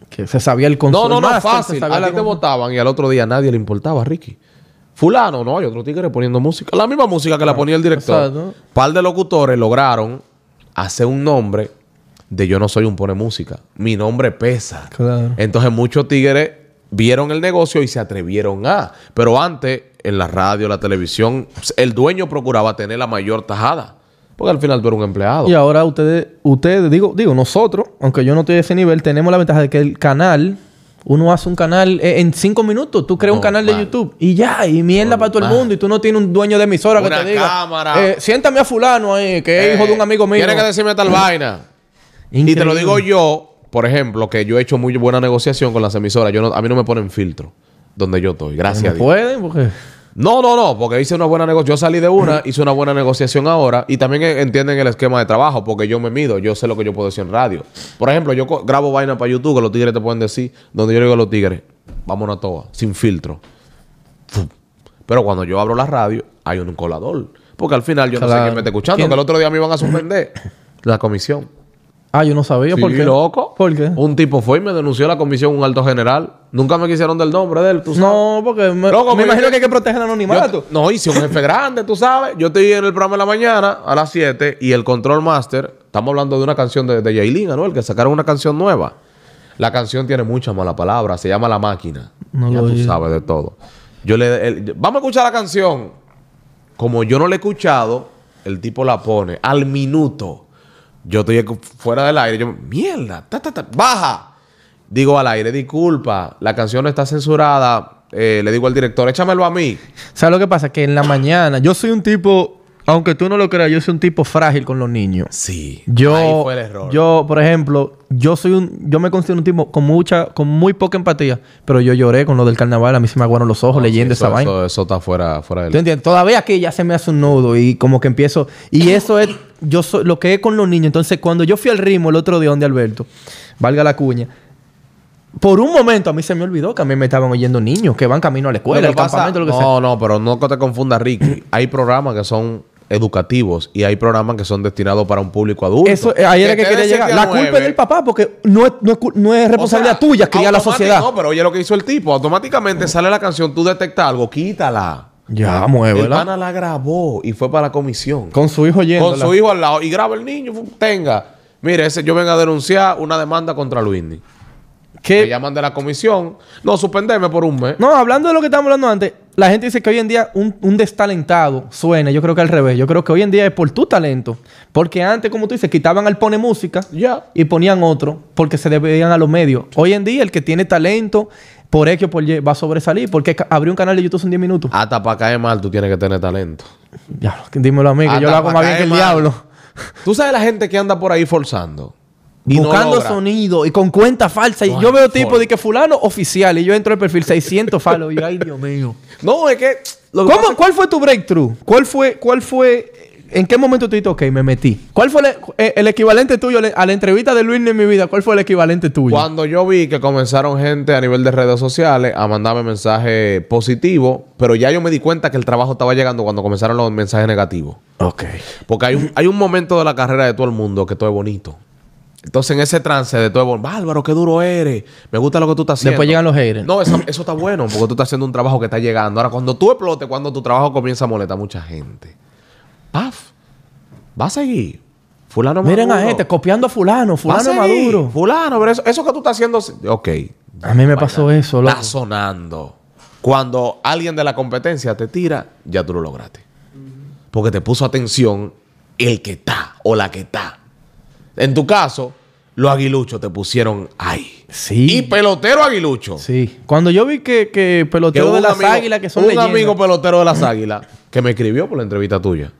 [SPEAKER 1] que se sabía el
[SPEAKER 3] No,
[SPEAKER 1] consumo.
[SPEAKER 3] no, no, fácil. A ti te votaban y al otro día a nadie le importaba, Ricky. Fulano, no, hay otro tigre poniendo música. La misma música que la ponía el director.
[SPEAKER 1] Ah, Exacto.
[SPEAKER 3] Par de locutores lograron hacer un nombre de yo no soy un pone música. Mi nombre pesa.
[SPEAKER 1] Claro.
[SPEAKER 3] Entonces muchos tigres vieron el negocio y se atrevieron a. Pero antes, en la radio, la televisión, el dueño procuraba tener la mayor tajada. Porque al final tú eres un empleado.
[SPEAKER 1] Y ahora ustedes, ustedes, digo, digo, nosotros, aunque yo no estoy de ese nivel, tenemos la ventaja de que el canal, uno hace un canal eh, en cinco minutos, tú creas un canal de
[SPEAKER 3] Normal.
[SPEAKER 1] YouTube y ya, y mierda para todo el
[SPEAKER 3] Normal.
[SPEAKER 1] mundo, y tú no tienes un dueño de emisora
[SPEAKER 3] Oh, Una
[SPEAKER 1] que te diga.
[SPEAKER 3] cámara.
[SPEAKER 1] eh, siéntame a fulano ahí, que es hijo de un amigo mío.
[SPEAKER 3] Tienes Eh, que decirme tal vaina. Y te lo
[SPEAKER 1] Increíble.
[SPEAKER 3] digo yo, por ejemplo, que yo he hecho muy buena negociación con las emisoras. Yo no- a mí no me ponen filtro donde yo estoy. Gracias a
[SPEAKER 1] No
[SPEAKER 3] Dios.
[SPEAKER 1] pueden, porque.
[SPEAKER 3] No, no, no, porque hice una buena negociación. Yo salí de una, hice una buena negociación ahora y también eh, entienden el esquema de trabajo porque yo me mido, yo sé lo que yo puedo decir en radio. Por ejemplo, yo co- grabo vaina para YouTube que los tigres te pueden decir, donde yo le digo a los tigres, vámonos a toa, sin filtro. Fu. Pero cuando yo abro la radio, hay un colador. Porque al final yo no sé
[SPEAKER 1] Claro.
[SPEAKER 3] quién me está escuchando,
[SPEAKER 1] ¿Quién?
[SPEAKER 3] que el otro día me iban a suspender la comisión.
[SPEAKER 1] Ah, yo no sabía por
[SPEAKER 3] Sí,
[SPEAKER 1] qué.
[SPEAKER 3] loco.
[SPEAKER 1] ¿Por qué?
[SPEAKER 3] Un tipo fue y me denunció a la comisión, un alto general. Nunca me quisieron del nombre de él, tú sabes.
[SPEAKER 1] No, porque me,
[SPEAKER 3] Loco,
[SPEAKER 1] me
[SPEAKER 3] porque-
[SPEAKER 1] imagino que hay que proteger el
[SPEAKER 3] Yo-
[SPEAKER 1] anonimato.
[SPEAKER 3] no, hice un jefe grande, tú sabes. Yo estoy en el programa de la mañana a las 7 y el Control Master, estamos hablando de una canción de, de Yailin, Anuel, que sacaron una canción nueva. La canción tiene muchas malas palabras, se llama La Máquina.
[SPEAKER 1] No
[SPEAKER 3] ya
[SPEAKER 1] lo
[SPEAKER 3] tú
[SPEAKER 1] oí.
[SPEAKER 3] sabes de todo. Yo le, el- yo- vamos a escuchar la canción. Como yo no la he escuchado, el tipo la pone al minuto. Yo estoy escu- fuera del aire. Yo, mierda, ta, ta, ta, baja. Digo al aire, disculpa, la canción no está censurada. Eh, le digo al director, échamelo a mí.
[SPEAKER 1] ¿Sabes lo que pasa? Que en la mañana, yo soy un tipo aunque tú no lo creas, yo soy un tipo frágil con los niños.
[SPEAKER 3] Sí.
[SPEAKER 1] Yo,
[SPEAKER 3] Ahí fue el error.
[SPEAKER 1] yo, por ejemplo, yo soy un, yo me considero un tipo con mucha, con muy poca empatía, pero yo lloré con lo del carnaval, a mí se me aguaron los ojos leyendo
[SPEAKER 3] Eso-
[SPEAKER 1] esa vaina.
[SPEAKER 3] Eso, eso está fuera, fuera del.
[SPEAKER 1] ¿Tú entiendes? Todavía aquí ya se me hace un nudo y como que empiezo. Y eso es yo so- lo que es con los niños. Entonces, cuando yo fui al ritmo el otro día donde Alberto, valga la cuña, por un momento a mí se me olvidó que a mí me estaban oyendo niños que van camino a la escuela,
[SPEAKER 3] Lo
[SPEAKER 1] al
[SPEAKER 3] que pasa-
[SPEAKER 1] campamento, lo que
[SPEAKER 3] no,
[SPEAKER 1] sea.
[SPEAKER 3] no, pero no que te confundas, Ricky. hay programas que son educativos y hay programas que son destinados para un público adulto.
[SPEAKER 1] Eso, eh, ahí era que
[SPEAKER 3] te
[SPEAKER 1] quería
[SPEAKER 3] de
[SPEAKER 1] llegar.
[SPEAKER 3] 7 a
[SPEAKER 1] La culpa
[SPEAKER 3] 9,
[SPEAKER 1] es del papá porque no es, no es cu- no es responsabilidad
[SPEAKER 3] o sea,
[SPEAKER 1] tuya criar la
[SPEAKER 3] automático-
[SPEAKER 1] sociedad.
[SPEAKER 3] No, pero oye lo que hizo el tipo. Automáticamente sale la canción, tú detectas algo, quítala.
[SPEAKER 1] Ya,
[SPEAKER 3] El
[SPEAKER 1] muévela.
[SPEAKER 3] pana la grabó y fue para la comisión.
[SPEAKER 1] Con su hijo
[SPEAKER 3] Con
[SPEAKER 1] yéndola.
[SPEAKER 3] su hijo al lado. Y graba el niño, fu- tenga. Mire, ese, yo vengo a denunciar una demanda contra Luisni.
[SPEAKER 1] ¿Qué?
[SPEAKER 3] Me llaman de la comisión. No, suspenderme por un mes.
[SPEAKER 1] Eh. No, hablando de lo que estábamos hablando antes, la gente dice que hoy en día un, un destalentado suena. Yo creo que al revés. Yo creo que hoy en día es por tu talento. Porque antes, como tú dices, quitaban al pone música
[SPEAKER 3] Ya.
[SPEAKER 1] y ponían otro porque se debían a los medios. Hoy en día, el que tiene talento, por X o por Y, va a sobresalir. Porque ca- abrió un canal de YouTube en 10 minutos.
[SPEAKER 3] Hasta para caer mal, tú tienes que tener talento.
[SPEAKER 1] Ya, dímelo a mí, que
[SPEAKER 3] Anda
[SPEAKER 1] yo lo hago
[SPEAKER 3] pa'
[SPEAKER 1] más bien
[SPEAKER 3] caer
[SPEAKER 1] que el
[SPEAKER 3] mal.
[SPEAKER 1] diablo.
[SPEAKER 3] Tú sabes la gente que anda por ahí forzando. Y no
[SPEAKER 1] Buscando
[SPEAKER 3] logra.
[SPEAKER 1] sonido y con cuenta falsa. Y
[SPEAKER 3] No
[SPEAKER 1] yo
[SPEAKER 3] hay
[SPEAKER 1] veo tipo
[SPEAKER 3] forma.
[SPEAKER 1] de que fulano oficial y yo entro al perfil 600 falos. Y ay, Dios mío.
[SPEAKER 3] No, es que. lo que
[SPEAKER 1] ¿Cómo-
[SPEAKER 3] pasa es que-
[SPEAKER 1] ¿Cuál fue tu breakthrough? ¿Cuál fue, cuál fue, en qué momento tú dijiste, ok, me metí? ¿Cuál fue el, eh, el equivalente tuyo le- a la entrevista de Luis en mi vida? ¿Cuál fue el equivalente tuyo?
[SPEAKER 3] Cuando yo vi que comenzaron gente a nivel de redes sociales a mandarme mensajes positivos, pero ya yo me di cuenta que el trabajo estaba llegando cuando comenzaron los mensajes negativos.
[SPEAKER 1] Ok.
[SPEAKER 3] Porque hay un, hay un momento de la carrera de todo el mundo que todo es bonito. Entonces, en ese trance de todo es bonito, Bárbaro, qué duro eres. Me gusta lo que tú estás haciendo.
[SPEAKER 1] Después llegan los haters.
[SPEAKER 3] No, eso, eso está bueno porque tú estás haciendo un trabajo que está llegando. Ahora, cuando tú explotes, cuando tu trabajo comienza a molestar a mucha gente. Paf, va a seguir. Fulano
[SPEAKER 1] Miren a
[SPEAKER 3] Maduro,
[SPEAKER 1] este, copiando a fulano,
[SPEAKER 3] va a
[SPEAKER 1] fulano
[SPEAKER 3] seguir.
[SPEAKER 1] Maduro.
[SPEAKER 3] Fulano, pero eso, eso que tú estás haciendo. Ok.
[SPEAKER 1] A mí me pasó eso, loco.
[SPEAKER 3] Está sonando. Cuando alguien de la competencia te tira, ya tú lo lograste. Porque te puso atención el que está o la que está. En tu caso, los aguiluchos te pusieron ahí.
[SPEAKER 1] Sí.
[SPEAKER 3] Y pelotero aguilucho.
[SPEAKER 1] Sí. Cuando yo vi que, que
[SPEAKER 3] Que
[SPEAKER 1] pelotero
[SPEAKER 3] hubo
[SPEAKER 1] de
[SPEAKER 3] un
[SPEAKER 1] las
[SPEAKER 3] amigo-
[SPEAKER 1] águilas que son
[SPEAKER 3] Un
[SPEAKER 1] leyendas,
[SPEAKER 3] amigo pelotero de las águilas que me escribió por la entrevista tuya.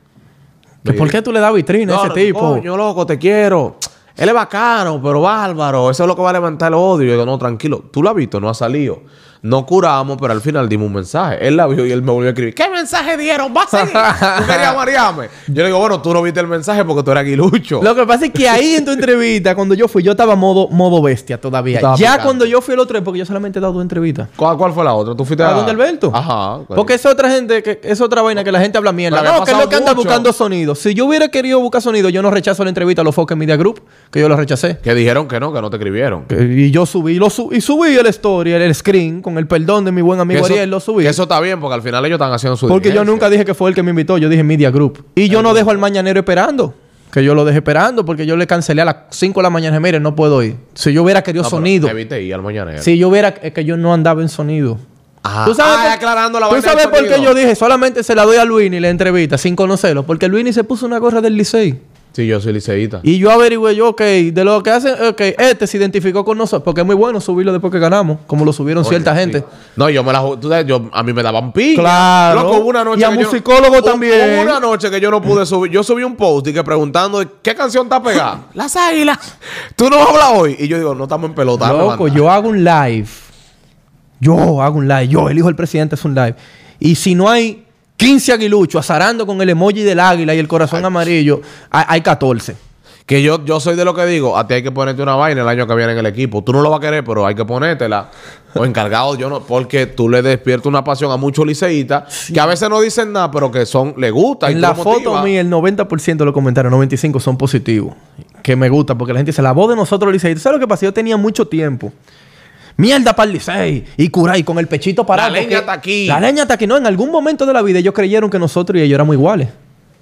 [SPEAKER 1] que ¿Por qué tú le das vitrina a ese tipo?
[SPEAKER 3] Yo loco, te quiero. Él es bacano, pero bárbaro. Eso es lo que va a levantar el odio. Yo digo, no, tranquilo. Tú lo has visto, no ha salido. No curamos, pero al final dimos un mensaje. Él la vio y él me volvió a escribir. ¿Qué mensaje dieron? ¿Va a seguir? ¿Tú querías marearme? Yo le digo, bueno, tú no viste el mensaje porque tú eres aguilucho.
[SPEAKER 1] Lo que pasa es que ahí en tu entrevista, cuando yo fui, yo estaba modo, modo bestia todavía. Ya
[SPEAKER 3] Estaba picante.
[SPEAKER 1] cuando yo fui el otro, porque yo solamente he dado dos entrevistas.
[SPEAKER 3] ¿Cuál, cuál fue la otra? ¿Tú fuiste
[SPEAKER 1] ¿A dónde Alberto?
[SPEAKER 3] Ajá.
[SPEAKER 1] Porque es otra gente, que es otra vaina que la gente habla mierda.
[SPEAKER 3] Pero había
[SPEAKER 1] No, que es lo
[SPEAKER 3] pasado
[SPEAKER 1] que anda
[SPEAKER 3] mucho.
[SPEAKER 1] buscando sonido. Si yo hubiera querido buscar sonido, yo no rechazo la entrevista a los Focus Media Group, que yo lo rechacé.
[SPEAKER 3] Que dijeron que no, que no te escribieron.
[SPEAKER 1] Que- Y yo subí, lo su- y subí el story, el, el screen, con el perdón de mi buen
[SPEAKER 3] Que
[SPEAKER 1] amigo
[SPEAKER 3] eso,
[SPEAKER 1] Ariel, lo subí.
[SPEAKER 3] que eso está bien porque al final ellos están haciendo su
[SPEAKER 1] porque yo
[SPEAKER 3] diligencia.
[SPEAKER 1] nunca dije que fue el que me invitó, yo dije Media Group. Y yo no dejo al mañanero esperando. Que yo lo dejé esperando porque yo le cancelé a las 5 de la mañana. Mire, no puedo ir. Si yo hubiera querido
[SPEAKER 3] No, pero
[SPEAKER 1] sonido.
[SPEAKER 3] me viste ir al mañanero.
[SPEAKER 1] Si yo hubiera... Es que yo no andaba en sonido.
[SPEAKER 3] Ah,
[SPEAKER 1] ¿Tú sabes,
[SPEAKER 3] ah,
[SPEAKER 1] por,
[SPEAKER 3] aclarando la
[SPEAKER 1] ¿tú
[SPEAKER 3] vaina del
[SPEAKER 1] sabes por qué
[SPEAKER 3] sonido.
[SPEAKER 1] yo dije solamente se la doy a Luini la entrevista sin conocerlo? Porque Luini se puso una gorra del Licey.
[SPEAKER 3] Sí, yo soy liceísta.
[SPEAKER 1] Y yo averigüé, yo, ok, de lo que hacen, ok, este se identificó con nosotros. Porque es muy bueno subirlo después que ganamos, como lo subieron cierta
[SPEAKER 3] Oye,
[SPEAKER 1] gente.
[SPEAKER 3] sí. No, yo me la ju- tú sabes, yo a mí me daban piña.
[SPEAKER 1] Claro.
[SPEAKER 3] Loco, hubo una noche
[SPEAKER 1] Y a
[SPEAKER 3] que yo no-
[SPEAKER 1] musicólogo
[SPEAKER 3] hubo-
[SPEAKER 1] también.
[SPEAKER 3] Hubo una noche que yo no pude subir. Yo subí un post y que preguntando qué canción está pegada. Las águilas. Tú no hablas hoy. Y yo digo, no estamos en pelota. no,
[SPEAKER 1] Loco,
[SPEAKER 3] banda.
[SPEAKER 1] yo hago un live. Yo hago un live. Yo, el hijo del presidente, es un live. Y si no hay 15 aguiluchos azarando con el emoji del águila y el corazón amarillo, hay, hay 14.
[SPEAKER 3] Que yo, yo soy de lo que digo, a ti hay que ponerte una vaina el año que viene en el equipo. Tú no lo vas a querer, pero hay que ponértela. O encargado, yo no, porque tú le despiertas una pasión a muchos liceístas que a veces no dicen nada, pero que son, le gusta. y
[SPEAKER 1] En
[SPEAKER 3] tú
[SPEAKER 1] la
[SPEAKER 3] lo
[SPEAKER 1] foto
[SPEAKER 3] motivas.
[SPEAKER 1] mía, el 90% de los comentarios, 95% son positivos. Que me gusta, porque la gente dice, la voz de nosotros, los liceístas. ¿Sabes lo que pasa? Yo tenía mucho tiempo. Mierda para el Licey. Y curar, y con el pechito parado.
[SPEAKER 3] La leña
[SPEAKER 1] porque-
[SPEAKER 3] está aquí.
[SPEAKER 1] La leña está aquí. No, en algún momento de la vida ellos creyeron que nosotros y ellos éramos iguales.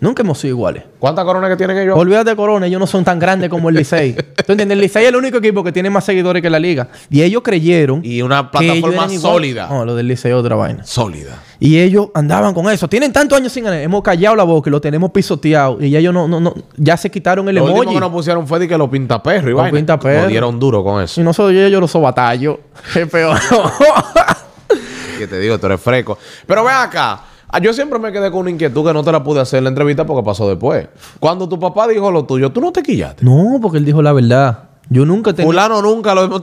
[SPEAKER 1] Nunca hemos sido iguales.
[SPEAKER 3] ¿Cuántas coronas que tienen ellos?
[SPEAKER 1] Olvídate de Corona, ellos no son tan grandes como el Licey. ¿Tú entiendes? El Licey es el único equipo que tiene más seguidores que la liga. Y ellos creyeron.
[SPEAKER 3] Y una
[SPEAKER 1] que ellos
[SPEAKER 3] plataforma
[SPEAKER 1] eran igual-
[SPEAKER 3] sólida.
[SPEAKER 1] No, lo del Licey es otra vaina.
[SPEAKER 3] Sólida.
[SPEAKER 1] Y ellos andaban con eso. Tienen tantos años sin ganar. Hemos callado la boca y lo tenemos pisoteado. Y ya ellos no, no, no, ya se quitaron el
[SPEAKER 3] Lo último
[SPEAKER 1] emoji.
[SPEAKER 3] que nos pusieron fue de que los pintaperros y
[SPEAKER 1] Los
[SPEAKER 3] vaina.
[SPEAKER 1] pintaperros.
[SPEAKER 3] Nos dieron duro con eso.
[SPEAKER 1] Y nosotros yo, yo los sobatallo. Es peor.
[SPEAKER 3] Que te digo, tú eres fresco. Pero ven acá. Ah, Yo siempre me quedé con una inquietud que no te la pude hacer en la entrevista porque pasó después. Cuando tu papá dijo lo tuyo, tú no te quillaste.
[SPEAKER 1] No, porque él dijo la verdad. Yo nunca tenía...
[SPEAKER 3] Fulano nunca lo hemos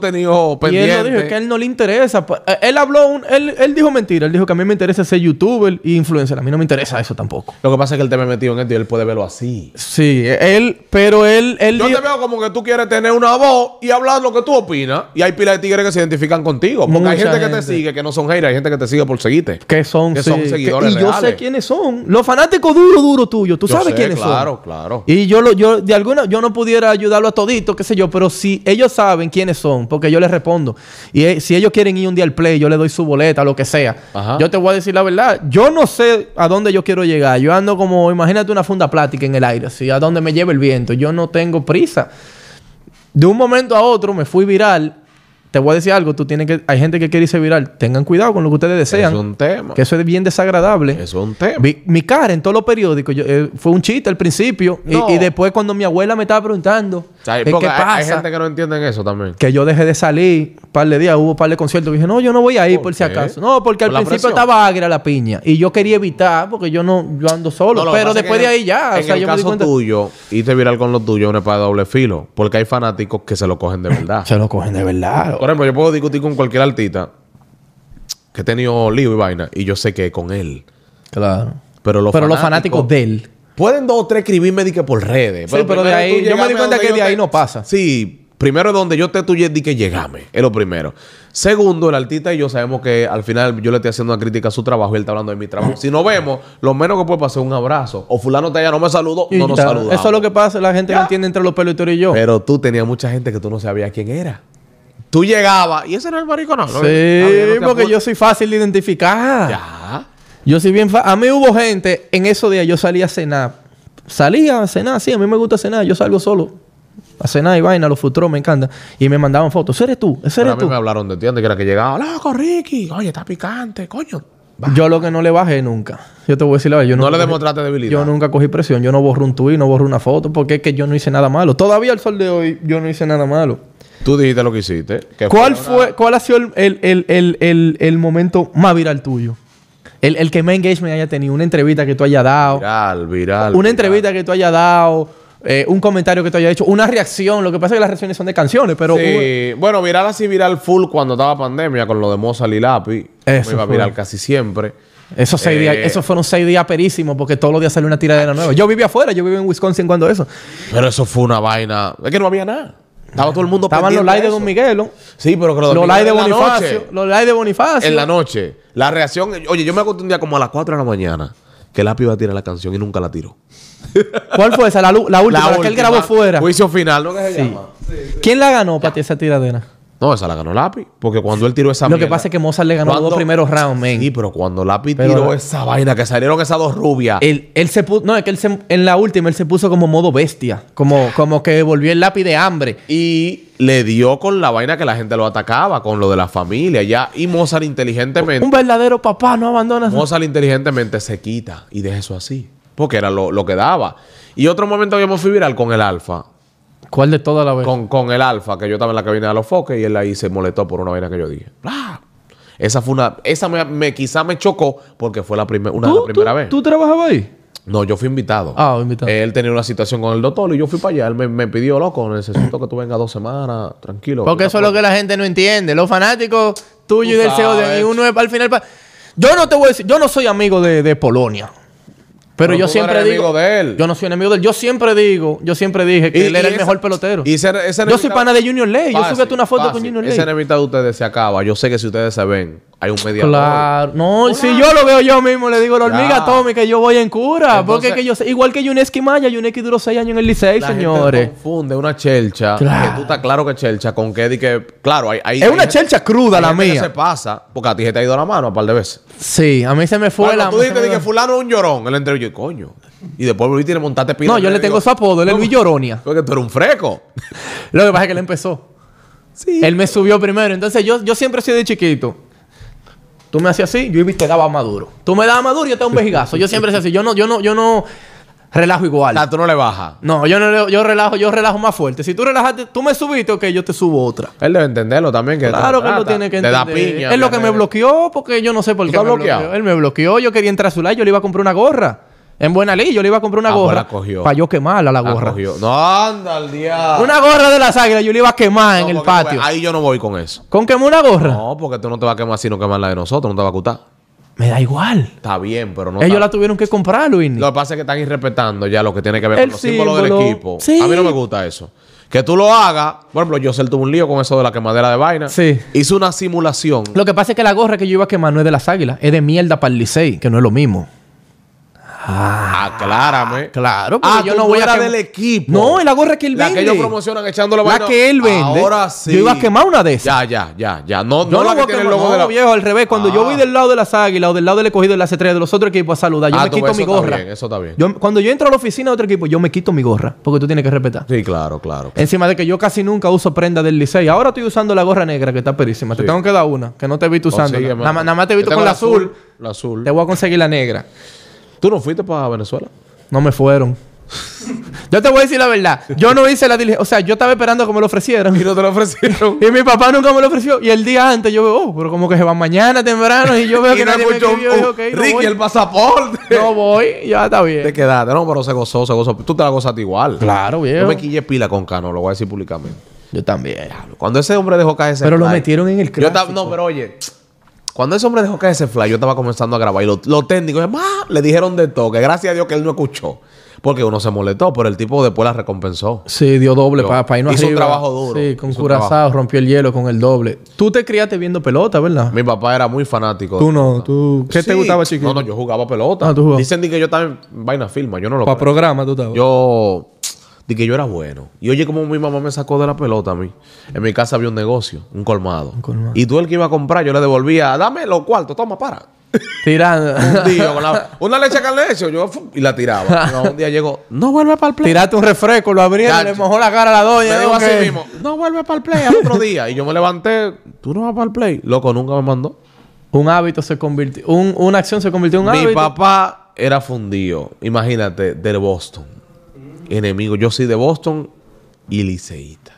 [SPEAKER 1] Y
[SPEAKER 3] tenido
[SPEAKER 1] él
[SPEAKER 3] pendiente.
[SPEAKER 1] lo dijo, es que a él no le interesa. Pa- eh, Él habló, un- él, él dijo mentira. Él dijo que a mí me interesa ser youtuber y influencer. A mí no me interesa eso tampoco.
[SPEAKER 3] Lo que pasa es que él te me metido en esto y él puede verlo así.
[SPEAKER 1] Sí, él, pero él, él
[SPEAKER 3] Yo
[SPEAKER 1] dijo-
[SPEAKER 3] te veo como que tú quieres tener una voz y hablar lo que tú opinas. Y hay pilas de tigres que se identifican contigo. Porque hay
[SPEAKER 1] Mucha
[SPEAKER 3] gente, que te
[SPEAKER 1] gente.
[SPEAKER 3] sigue que no son haters, hay gente que te sigue por seguirte.
[SPEAKER 1] que son,
[SPEAKER 3] que
[SPEAKER 1] sí,
[SPEAKER 3] son
[SPEAKER 1] que-
[SPEAKER 3] seguidores
[SPEAKER 1] Y yo sé
[SPEAKER 3] reales.
[SPEAKER 1] quiénes son. Los fanáticos duro, duro tuyos. Tú
[SPEAKER 3] Yo
[SPEAKER 1] sabes
[SPEAKER 3] sé,
[SPEAKER 1] quiénes
[SPEAKER 3] Claro,
[SPEAKER 1] son.
[SPEAKER 3] claro.
[SPEAKER 1] Y yo, lo, yo de alguna, yo no pudiera ayudarlo a todito, qué sé yo, pero si ellos saben quiénes son, porque yo les respondo. Y eh, si ellos quieren ir un día al play, yo les doy su boleta, lo que sea.
[SPEAKER 3] Ajá.
[SPEAKER 1] Yo te voy a decir la verdad. Yo no sé a dónde yo quiero llegar. Yo ando como, imagínate una funda plática en el aire, así, a dónde me lleve el viento. Yo no tengo prisa. De un momento a otro me fui viral. Te voy a decir algo, tú tienes que, hay gente que quiere irse viral. Tengan cuidado con lo que ustedes desean.
[SPEAKER 3] es un tema.
[SPEAKER 1] Que eso es bien desagradable.
[SPEAKER 3] Eso es un tema.
[SPEAKER 1] Vi- mi cara en todos los periódicos yo, eh, fue un chiste al principio. Y-
[SPEAKER 3] No.
[SPEAKER 1] Y, después, cuando mi abuela me estaba preguntando,
[SPEAKER 3] O sea,
[SPEAKER 1] ¿qué,
[SPEAKER 3] porque
[SPEAKER 1] qué
[SPEAKER 3] hay-
[SPEAKER 1] pasa?
[SPEAKER 3] hay, gente que no entiende eso también.
[SPEAKER 1] Que yo dejé de salir un par de días, hubo un par de conciertos. que Dije, no, yo no voy a ir por,
[SPEAKER 3] ¿Por
[SPEAKER 1] si
[SPEAKER 3] qué?
[SPEAKER 1] acaso. No, porque al
[SPEAKER 3] ¿Por la
[SPEAKER 1] principio
[SPEAKER 3] presión?
[SPEAKER 1] estaba agria la piña. Y yo quería evitar, porque yo no yo ando solo.
[SPEAKER 3] No, lo que
[SPEAKER 1] pero
[SPEAKER 3] pasa es
[SPEAKER 1] después
[SPEAKER 3] que
[SPEAKER 1] de ahí ya.
[SPEAKER 3] En
[SPEAKER 1] o sea,
[SPEAKER 3] el
[SPEAKER 1] yo me di
[SPEAKER 3] caso
[SPEAKER 1] cuenta.
[SPEAKER 3] tuyo, irte viral con lo tuyo es una espada de doble filo. Porque hay fanáticos que se lo cogen de verdad.
[SPEAKER 1] Se lo cogen de verdad.
[SPEAKER 3] Por ejemplo, yo puedo discutir con cualquier artista que he tenido lío y vaina. Y yo sé que con él.
[SPEAKER 1] Claro.
[SPEAKER 3] Pero los
[SPEAKER 1] pero los
[SPEAKER 3] fanáticos-
[SPEAKER 1] fanáticos de él.
[SPEAKER 3] Pueden dos o tres escribirme di que por redes.
[SPEAKER 1] Sí, pero de
[SPEAKER 3] primero
[SPEAKER 1] ahí-
[SPEAKER 3] tú
[SPEAKER 1] yo me di
[SPEAKER 3] llegame a
[SPEAKER 1] cuenta
[SPEAKER 3] donde
[SPEAKER 1] que
[SPEAKER 3] yo
[SPEAKER 1] de ahí no pasa.
[SPEAKER 3] Sí, primero donde yo te tuye di que llegame. Es lo primero. Segundo, el artista y yo sabemos que al final yo le estoy haciendo una crítica a su trabajo y él está hablando de mi trabajo. Si nos vemos, lo menos que puede pasar es un abrazo. O fulano te allá no me saludó,
[SPEAKER 1] Y
[SPEAKER 3] no nos
[SPEAKER 1] ya,
[SPEAKER 3] saludó.
[SPEAKER 1] Eso es lo que pasa. La gente no entiende entre los peloteros y yo.
[SPEAKER 3] Pero tú tenías mucha gente que tú no sabías quién era. Tú llegabas y ese no era el maricón. no,
[SPEAKER 1] sí,
[SPEAKER 3] no, está bien, no te
[SPEAKER 1] porque
[SPEAKER 3] apures.
[SPEAKER 1] yo soy fácil de identificar.
[SPEAKER 3] Ya.
[SPEAKER 1] Yo soy bien... fa- A mí hubo gente... En esos días yo salía a cenar. Salía a cenar. Sí, a mí me gusta cenar. Yo salgo solo. A cenar y vaina. Los futuros me encanta. Y me mandaban fotos. ¿Ese eres tú? ¿Ese
[SPEAKER 3] Pero a
[SPEAKER 1] eres
[SPEAKER 3] mí
[SPEAKER 1] tú?
[SPEAKER 3] me hablaron de ti antes que era que llegaba. Loco, Ricky. Oye, está picante, coño. Va.
[SPEAKER 1] Yo lo que no le bajé nunca. Yo te voy a decir la verdad. Yo
[SPEAKER 3] No
[SPEAKER 1] nunca
[SPEAKER 3] le
[SPEAKER 1] cogí-
[SPEAKER 3] demostraste debilidad.
[SPEAKER 1] Yo nunca cogí presión. Yo no borro un tuit, no borro una foto. Porque es que yo no hice nada malo. Todavía al sol de hoy yo no hice nada malo.
[SPEAKER 3] Tú dijiste lo que hiciste. que
[SPEAKER 1] ¿Cuál
[SPEAKER 3] una-
[SPEAKER 1] fue, cuál ha sido el, el- el- el- el- el momento más viral tuyo? El, el que más engagement haya tenido, una entrevista que tú hayas dado,
[SPEAKER 3] Viral, viral.
[SPEAKER 1] una entrevista que tú hayas dado, eh, un comentario que tú hayas hecho, una reacción. Lo que pasa es que las reacciones son de canciones, pero
[SPEAKER 3] Sí. Bueno, viral así, viral full cuando estaba pandemia con lo de Mozart y Lápiz.
[SPEAKER 1] Eso
[SPEAKER 3] Me iba
[SPEAKER 1] fue.
[SPEAKER 3] viral casi siempre.
[SPEAKER 1] uh, esos, seis
[SPEAKER 3] Eh.
[SPEAKER 1] días, esos fueron seis días perísimos porque todos los días salió una tiradera nueva. Yo vivía afuera, yo vivía en Wisconsin cuando eso.
[SPEAKER 3] Pero eso fue una vaina. Es que no había nada. Estaba todo el mundo
[SPEAKER 1] Estaban los
[SPEAKER 3] pendiente
[SPEAKER 1] likes de
[SPEAKER 3] eso.
[SPEAKER 1] Don Miguelo,
[SPEAKER 3] Sí, pero que
[SPEAKER 1] los likes de
[SPEAKER 3] Miguel en la
[SPEAKER 1] Bonifacio,
[SPEAKER 3] noche.
[SPEAKER 1] los likes de Bonifacio.
[SPEAKER 3] En la noche. La reacción. Oye, yo me acosté un día como a las 4 de la mañana que Lápiz iba a tirar la canción y nunca la tiró.
[SPEAKER 1] ¿Cuál fue esa? La, lu- la última, la, que él
[SPEAKER 3] última.
[SPEAKER 1] grabó fuera.
[SPEAKER 3] Juicio final, ¿no? Que se
[SPEAKER 1] Sí.
[SPEAKER 3] llama?
[SPEAKER 1] ¿Quién la ganó para ti esa tiradera?
[SPEAKER 3] No, esa la ganó Lápiz. Porque cuando él tiró esa
[SPEAKER 1] Lo que pasa es que Mozart le ganó los
[SPEAKER 3] Cuando-
[SPEAKER 1] dos primeros rounds, men.
[SPEAKER 3] Sí, pero cuando Lápiz
[SPEAKER 1] Pero- Eh,
[SPEAKER 3] tiró esa vaina, que salieron esas dos rubias.
[SPEAKER 1] Él, él se puso, no, es que él se- en la última él se puso como modo bestia, como, como que volvió el lápiz de hambre.
[SPEAKER 3] Y le dio con la vaina que la gente lo atacaba, con lo de la familia ya. Y Mozart
[SPEAKER 1] Un
[SPEAKER 3] inteligentemente,
[SPEAKER 1] verdadero papá no abandona.
[SPEAKER 3] Mozart inteligentemente se quita y deja eso así. Porque era lo, lo que daba. Y otro momento que yo me fui viral con el Alfa.
[SPEAKER 1] ¿Cuál de todas las veces?
[SPEAKER 3] Con, con el Alfa, que yo estaba en la cabina de los foques y él ahí se molestó por una vaina que yo dije.
[SPEAKER 1] Ah.
[SPEAKER 3] Bla. Esa fue una. Esa me, me- quizá me chocó porque fue la primer- una de las primeras veces.
[SPEAKER 1] ¿Tú trabajabas ahí?
[SPEAKER 3] No, yo fui invitado.
[SPEAKER 1] Ah, invitado.
[SPEAKER 3] Él tenía una situación con el doctor y yo fui para allá. Él me, me pidió, loco, necesito que tú vengas dos semanas, tranquilo.
[SPEAKER 1] Porque eso es lo que la gente no entiende. Los fanáticos tuyos y del CEO de
[SPEAKER 3] sabes.
[SPEAKER 1] y uno es al final. pa- Yo no te voy a decir, yo no soy amigo de, de Polonia. Pero,
[SPEAKER 3] Pero
[SPEAKER 1] yo
[SPEAKER 3] tú no
[SPEAKER 1] siempre
[SPEAKER 3] eres
[SPEAKER 1] digo.
[SPEAKER 3] amigo de él.
[SPEAKER 1] Yo no soy enemigo de él. Yo siempre digo, yo siempre dije que
[SPEAKER 3] Y-
[SPEAKER 1] él era
[SPEAKER 3] y
[SPEAKER 1] el
[SPEAKER 3] esa-
[SPEAKER 1] mejor pelotero.
[SPEAKER 3] y esa- esa
[SPEAKER 1] yo soy
[SPEAKER 3] enemistad-
[SPEAKER 1] pana de Junior Ley. Yo
[SPEAKER 3] Fácil,
[SPEAKER 1] subí hasta una foto con
[SPEAKER 3] fácil.
[SPEAKER 1] Junior Ley.
[SPEAKER 3] Esa enemistad de ustedes se acaba. Yo sé que si ustedes se ven, hay un mediador.
[SPEAKER 1] Claro, no, y si yo lo veo yo mismo, le digo a la
[SPEAKER 3] Ya.
[SPEAKER 1] hormiga atómica, yo voy en cura.
[SPEAKER 3] Entonces-
[SPEAKER 1] porque es que yo sé- igual que Yuneski Maya, Yuneski duró seis años en el Licey,
[SPEAKER 3] La gente
[SPEAKER 1] señores.
[SPEAKER 3] confunde una chelcha.
[SPEAKER 1] Claro.
[SPEAKER 3] Que tú estás claro que chelcha con que. di que claro, hay, hay-
[SPEAKER 1] Es
[SPEAKER 3] hay
[SPEAKER 1] una
[SPEAKER 3] gente-
[SPEAKER 1] chelcha cruda
[SPEAKER 3] hay
[SPEAKER 1] la
[SPEAKER 3] gente que se
[SPEAKER 1] mía.
[SPEAKER 3] pasa. Porque a ti se te ha ido la mano un par de veces.
[SPEAKER 1] Sí, a mí se me fue
[SPEAKER 3] Cuando
[SPEAKER 1] la
[SPEAKER 3] tú dijiste di que
[SPEAKER 1] se me-
[SPEAKER 3] fulano es un llorón en la entrevista, yo, coño. Y después volviste y le montaste pila.
[SPEAKER 1] No, yo le tengo
[SPEAKER 3] digo,
[SPEAKER 1] su apodo, él es
[SPEAKER 3] no,
[SPEAKER 1] Luis Lloronia.
[SPEAKER 3] Porque tú eres un freco.
[SPEAKER 1] Lo que pasa es que él empezó.
[SPEAKER 3] Sí.
[SPEAKER 1] Él me subió primero. Entonces yo, yo siempre he sido de chiquito. Tú me hacías así, yo iba y te daba maduro. Tú me dabas maduro y yo te daba un vejigazo. Yo siempre hacía así. Yo no, yo no, yo no. relajo igual.
[SPEAKER 3] sea, tú no le bajas.
[SPEAKER 1] No, yo no le- yo relajo, yo relajo más fuerte. Si tú relajaste, tú me subiste, ok, yo te subo otra.
[SPEAKER 3] Él debe entenderlo también. Que
[SPEAKER 1] Claro que él
[SPEAKER 3] no
[SPEAKER 1] lo tiene que
[SPEAKER 3] Te da
[SPEAKER 1] entender.
[SPEAKER 3] piña.
[SPEAKER 1] es lo que
[SPEAKER 3] te-
[SPEAKER 1] me bloqueó porque yo no sé por
[SPEAKER 3] ¿Tú
[SPEAKER 1] qué.
[SPEAKER 3] estás
[SPEAKER 1] me
[SPEAKER 3] bloqueado?
[SPEAKER 1] bloqueó. Él me bloqueó. Yo quería entrar a su live. Yo le iba a comprar una gorra. En buena ley, yo le iba a comprar una
[SPEAKER 3] Ah, pues
[SPEAKER 1] gorra.
[SPEAKER 3] la cogió.
[SPEAKER 1] Para yo quemarla la
[SPEAKER 3] Ah,
[SPEAKER 1] gorra.
[SPEAKER 3] cogió. No, anda al diablo.
[SPEAKER 1] Una gorra de las águilas yo le iba a quemar
[SPEAKER 3] No,
[SPEAKER 1] en el
[SPEAKER 3] porque,
[SPEAKER 1] patio.
[SPEAKER 3] pues, ahí yo no voy con eso.
[SPEAKER 1] ¿Con quemar una gorra?
[SPEAKER 3] No, porque tú no te vas a quemar sino quemar la de nosotros, no te va a gustar.
[SPEAKER 1] Me da igual.
[SPEAKER 3] Está bien, pero no.
[SPEAKER 1] Ellos
[SPEAKER 3] está-
[SPEAKER 1] la tuvieron que comprar, Luis.
[SPEAKER 3] Lo que pasa es que están irrespetando ya lo que tiene que ver
[SPEAKER 1] El
[SPEAKER 3] con los símbolos del
[SPEAKER 1] símbolo.
[SPEAKER 3] equipo.
[SPEAKER 1] Sí.
[SPEAKER 3] A mí no me gusta eso. Que tú lo hagas. Por ejemplo, yo tuvo un lío con eso de la quemadera de vaina.
[SPEAKER 1] Sí.
[SPEAKER 3] Hice una simulación.
[SPEAKER 1] Lo que pasa es que la gorra que yo iba a quemar no es de las águilas, es de mierda para el Licey, que no es lo mismo.
[SPEAKER 3] Aclárame.
[SPEAKER 1] Claro, porque
[SPEAKER 3] Ah,
[SPEAKER 1] yo
[SPEAKER 3] tú
[SPEAKER 1] no
[SPEAKER 3] no
[SPEAKER 1] voy a
[SPEAKER 3] eras
[SPEAKER 1] quem-
[SPEAKER 3] del equipo.
[SPEAKER 1] No, es la gorra que él
[SPEAKER 3] La
[SPEAKER 1] vende.
[SPEAKER 3] que ellos promocionan echando la
[SPEAKER 1] La
[SPEAKER 3] vaina.
[SPEAKER 1] que él vende.
[SPEAKER 3] Ahora sí.
[SPEAKER 1] Yo iba a quemar una de esas.
[SPEAKER 3] Ya, ya, ya, ya. No,
[SPEAKER 1] Yo
[SPEAKER 3] no,
[SPEAKER 1] no,
[SPEAKER 3] la
[SPEAKER 1] voy
[SPEAKER 3] que
[SPEAKER 1] a
[SPEAKER 3] tiene
[SPEAKER 1] quemar.
[SPEAKER 3] el logo
[SPEAKER 1] No,
[SPEAKER 3] de la...
[SPEAKER 1] viejo, al revés. Cuando yo
[SPEAKER 3] Ah.
[SPEAKER 1] voy del lado de las águilas o del lado del escogido de las estrellas de los otros equipos a saludar, yo
[SPEAKER 3] Ah,
[SPEAKER 1] me
[SPEAKER 3] tú,
[SPEAKER 1] quito
[SPEAKER 3] eso
[SPEAKER 1] mi
[SPEAKER 3] está
[SPEAKER 1] gorra.
[SPEAKER 3] bien, eso está bien.
[SPEAKER 1] Yo- cuando yo entro a la oficina de otro equipo, yo me quito mi gorra, porque tú tienes que respetar.
[SPEAKER 3] Sí, claro, claro.
[SPEAKER 1] Encima de que yo casi nunca uso prenda del Licey. Ahora estoy usando la gorra negra que está perísima. Te
[SPEAKER 3] Sí.
[SPEAKER 1] tengo que dar una, que no te he visto usando.
[SPEAKER 3] Consígueme.
[SPEAKER 1] Nada, más- nada más te he
[SPEAKER 3] Yo
[SPEAKER 1] visto
[SPEAKER 3] tengo
[SPEAKER 1] con la azul.
[SPEAKER 3] La azul.
[SPEAKER 1] Te voy a conseguir la negra.
[SPEAKER 3] ¿Tú no fuiste para Venezuela?
[SPEAKER 1] No me fueron. yo te voy a decir la verdad. Yo no hice la diligencia. O sea, yo estaba esperando que me lo ofrecieran.
[SPEAKER 3] no te lo ofrecieron.
[SPEAKER 1] Y mi papá nunca me lo ofreció. Y el día antes yo veo, oh, pero como que se van mañana temprano. Y yo veo que
[SPEAKER 3] Y no
[SPEAKER 1] nadie me
[SPEAKER 3] escuchó
[SPEAKER 1] escribió. Y dije,
[SPEAKER 3] un-
[SPEAKER 1] "Ok, no
[SPEAKER 3] Ricky,
[SPEAKER 1] voy".
[SPEAKER 3] el pasaporte.
[SPEAKER 1] No voy, ya está
[SPEAKER 3] Te
[SPEAKER 1] bien.
[SPEAKER 3] quedaste. No, pero se gozó, se gozó. Tú te la gozaste igual.
[SPEAKER 1] Claro,
[SPEAKER 3] Yo
[SPEAKER 1] viejo.
[SPEAKER 3] me quille pila con Cano, lo voy a decir públicamente.
[SPEAKER 1] Yo también.
[SPEAKER 3] Cuando ese hombre dejó caer ese
[SPEAKER 1] Pero lo
[SPEAKER 3] fly,
[SPEAKER 1] metieron en el
[SPEAKER 3] yo estaba-
[SPEAKER 1] clásico.
[SPEAKER 3] No, pero oye. Cuando ese hombre dejó caer ese fly, yo estaba comenzando a grabar. Y los los técnicos, "Ma", le dijeron de todo. Que gracias a Dios que él no escuchó. Porque uno se molestó, pero el tipo después la recompensó.
[SPEAKER 1] Sí, dio doble
[SPEAKER 3] Yo-
[SPEAKER 1] para irnos
[SPEAKER 3] hizo un
[SPEAKER 1] arriba.
[SPEAKER 3] trabajo duro.
[SPEAKER 1] Sí, con
[SPEAKER 3] Hizo un
[SPEAKER 1] Curazao
[SPEAKER 3] trabajo.
[SPEAKER 1] rompió el hielo con el doble. Tú te criaste viendo pelota, ¿verdad?
[SPEAKER 3] Mi papá era muy fanático.
[SPEAKER 1] Tú no, tú. ¿Qué te
[SPEAKER 3] Sí.
[SPEAKER 1] gustaba, chiquito?
[SPEAKER 3] No, no, yo jugaba pelota.
[SPEAKER 1] Ah, tú jugabas.
[SPEAKER 3] Dicen di que yo estaba en vaina firma, yo no lo
[SPEAKER 1] Para
[SPEAKER 3] creo.
[SPEAKER 1] programa tú estabas.
[SPEAKER 3] Yo di que yo era bueno. Y oye como mi mamá me sacó de la pelota a mí. En mi casa había un negocio, un colmado.
[SPEAKER 1] colmado.
[SPEAKER 3] Y tú el que iba a comprar, yo le devolvía, dame los cuartos, toma, para.
[SPEAKER 1] Tirando.
[SPEAKER 3] Un día con la- una leche que le hecho, yo fu- y la tiraba. No, un día llegó, no vuelve para el play.
[SPEAKER 1] Tiraste un refresco, lo abrieron,
[SPEAKER 3] Chacho.
[SPEAKER 1] le mojó la cara a la doña.
[SPEAKER 3] Me dijo
[SPEAKER 1] ¿no? ¿Qué?
[SPEAKER 3] así mismo, no vuelve para el play al otro día. Y yo me levanté, tú no vas para el play. Loco, nunca me mandó.
[SPEAKER 1] Un hábito se convirtió. un- una acción se convirtió en un
[SPEAKER 3] Mi
[SPEAKER 1] hábito.
[SPEAKER 3] papá era fundido, imagínate, del Boston. Enemigo, yo soy de Boston y liceísta.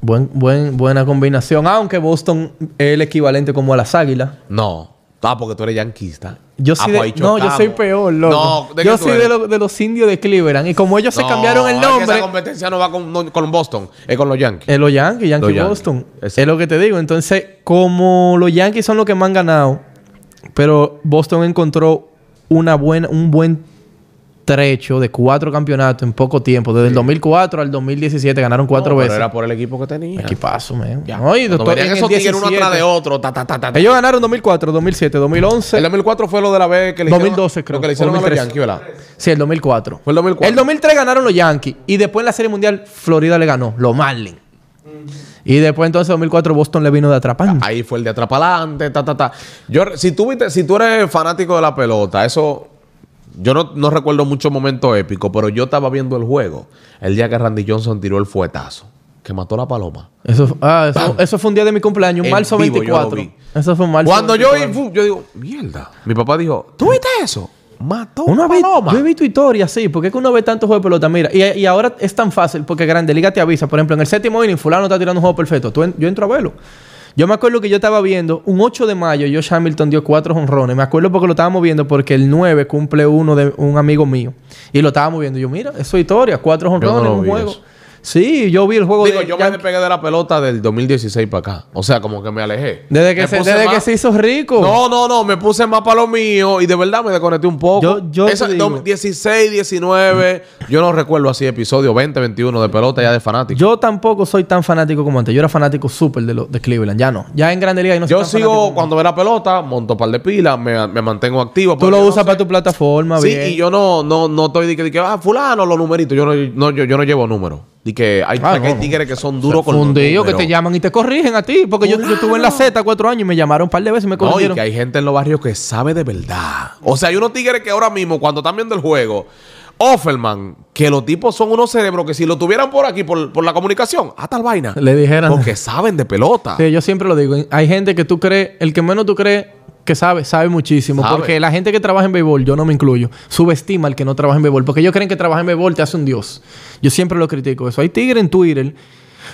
[SPEAKER 1] Buen, buen, buena combinación. Aunque Boston es el equivalente como a las águilas.
[SPEAKER 3] No, ah, porque tú eres yanquista.
[SPEAKER 1] Yo
[SPEAKER 3] Ah,
[SPEAKER 1] soy
[SPEAKER 3] pues ahí
[SPEAKER 1] de, no, yo
[SPEAKER 3] chocamos.
[SPEAKER 1] soy peor, loco.
[SPEAKER 3] No, ¿de qué
[SPEAKER 1] yo
[SPEAKER 3] tú
[SPEAKER 1] soy
[SPEAKER 3] eres?
[SPEAKER 1] de, lo- de los indios de Cleveland. Y como ellos se
[SPEAKER 3] No,
[SPEAKER 1] cambiaron el
[SPEAKER 3] es que
[SPEAKER 1] nombre, Eh,
[SPEAKER 3] esa competencia no va con, no, con Boston, es con los Yankees.
[SPEAKER 1] es los Yankees, Yankee
[SPEAKER 3] Los Yankees,
[SPEAKER 1] Boston.
[SPEAKER 3] exacto.
[SPEAKER 1] Es lo que te digo. Entonces, como los Yankees son los que más han ganado, pero Boston encontró una buena, un buen trecho de cuatro campeonatos en poco tiempo. Desde el 2004 al 2017 ganaron cuatro
[SPEAKER 3] No, pero
[SPEAKER 1] veces.
[SPEAKER 3] era por el equipo que tenía.
[SPEAKER 1] Equipazo, man.
[SPEAKER 3] Ya.
[SPEAKER 1] No, y
[SPEAKER 3] Cuando
[SPEAKER 1] doctor, en
[SPEAKER 3] venían
[SPEAKER 1] el
[SPEAKER 3] esos tigres uno atrás
[SPEAKER 1] 17.
[SPEAKER 3] de otro. ta, ta, ta, ta, ta.
[SPEAKER 1] Ellos ganaron 2004, 2007, 2011.
[SPEAKER 3] El 2004 fue lo de la vez que le
[SPEAKER 1] 2012
[SPEAKER 3] hicieron,
[SPEAKER 1] creo.
[SPEAKER 3] Lo que le hicieron
[SPEAKER 1] O
[SPEAKER 3] a
[SPEAKER 1] 2013.
[SPEAKER 3] los Yankees, ¿verdad?
[SPEAKER 1] Sí, el 2004.
[SPEAKER 3] Fue el 2004.
[SPEAKER 1] El 2003 ganaron los Yankees. Y después en la Serie Mundial, Florida le ganó. Los Marlins. Y después entonces 2004 Boston le vino de atrapando.
[SPEAKER 3] Ahí fue el de atrapalante, ta, ta, ta. Yo, si, tú viste- si tú eres fanático de la pelota, eso. Yo no, no recuerdo mucho momento épico, pero yo estaba viendo el juego el día que Randy Johnson tiró el fuetazo, que mató la paloma.
[SPEAKER 1] Eso, ah, eso, eso fue un día de mi cumpleaños,
[SPEAKER 3] En
[SPEAKER 1] marzo
[SPEAKER 3] vivo yo lo
[SPEAKER 1] 24.
[SPEAKER 3] vi.
[SPEAKER 1] Eso fue en marzo
[SPEAKER 3] Cuando yo,
[SPEAKER 1] 24.
[SPEAKER 3] vi, fu- yo digo, mierda. Mi papá dijo, ¿tú viste eso? Mató
[SPEAKER 1] Uno
[SPEAKER 3] una
[SPEAKER 1] ve-
[SPEAKER 3] paloma.
[SPEAKER 1] yo he visto historias, sí, porque es que uno ve tantos juegos de pelota. Mira, y, y ahora es tan fácil porque Grande Liga te avisa. Por ejemplo, en el séptimo inning, Fulano está tirando un juego perfecto. Tú en- yo entro a verlo. Yo me acuerdo que yo estaba viendo un 8 de mayo, Josh Hamilton dio cuatro honrones. Me acuerdo porque lo estábamos viendo porque el 9 cumple uno de un amigo mío. Y lo estábamos viendo. Y Yo, mira, eso es historia, cuatro honrones
[SPEAKER 3] lo
[SPEAKER 1] en un
[SPEAKER 3] vi
[SPEAKER 1] juego.
[SPEAKER 3] eso.
[SPEAKER 1] Sí, yo vi el juego
[SPEAKER 3] Digo,
[SPEAKER 1] de
[SPEAKER 3] yo me
[SPEAKER 1] Yankee-
[SPEAKER 3] despegué de la pelota del 2016 para acá. O sea, como que me alejé.
[SPEAKER 1] desde que,
[SPEAKER 3] Me
[SPEAKER 1] se,
[SPEAKER 3] puse
[SPEAKER 1] desde
[SPEAKER 3] más-
[SPEAKER 1] que se hizo rico.
[SPEAKER 3] No, no, no, me puse más para lo mío y de verdad me desconecté un poco.
[SPEAKER 1] Yo- yo te
[SPEAKER 3] Esa-
[SPEAKER 1] digo-
[SPEAKER 3] do- 16, 19, yo no recuerdo así episodio 20, 21 de pelota ya de fanático.
[SPEAKER 1] Yo tampoco soy tan fanático como antes. Yo era fanático súper de, lo- de Cleveland. Ya no. Ya en Grande Liga yo no soy
[SPEAKER 3] Yo,
[SPEAKER 1] tan fanático
[SPEAKER 3] sigo
[SPEAKER 1] como-
[SPEAKER 3] cuando ve la pelota, monto par de pilas, me, me mantengo activo.
[SPEAKER 1] Tú
[SPEAKER 3] porque
[SPEAKER 1] lo
[SPEAKER 3] yo no
[SPEAKER 1] usas
[SPEAKER 3] sé-
[SPEAKER 1] para tu plataforma,
[SPEAKER 3] Sí,
[SPEAKER 1] bien.
[SPEAKER 3] y yo no, no, no estoy de que, de que, ah, fulano, los numeritos. Yo no, no, yo, yo no llevo números. Y que hay,
[SPEAKER 1] Ah,
[SPEAKER 3] hay
[SPEAKER 1] no, no.
[SPEAKER 3] tigres que son duros con los
[SPEAKER 1] Fundido, que
[SPEAKER 3] números.
[SPEAKER 1] te llaman y te corrigen a ti. Porque yo, yo estuve en la
[SPEAKER 3] Fulano.
[SPEAKER 1] Z cuatro años y me llamaron un par de veces y me
[SPEAKER 3] No, y
[SPEAKER 1] corrigieron.
[SPEAKER 3] que hay gente en los barrios que sabe de verdad. O sea, hay unos tigres que ahora mismo, cuando están viendo el juego, Offerman, que los tipos son unos cerebros que si lo tuvieran por aquí, por, por la comunicación, a tal vaina.
[SPEAKER 1] Le dijeran.
[SPEAKER 3] Porque saben de pelota.
[SPEAKER 1] Sí, yo siempre lo digo. Hay gente que tú crees, el que menos tú crees que sabe, sabe muchísimo.
[SPEAKER 3] Sabe.
[SPEAKER 1] Porque la gente que trabaja en béisbol, yo no me incluyo, subestima al que no trabaja en béisbol. Porque ellos creen que trabajar en béisbol te hace un dios. Yo siempre lo critico eso. Hay tigre en Twitter.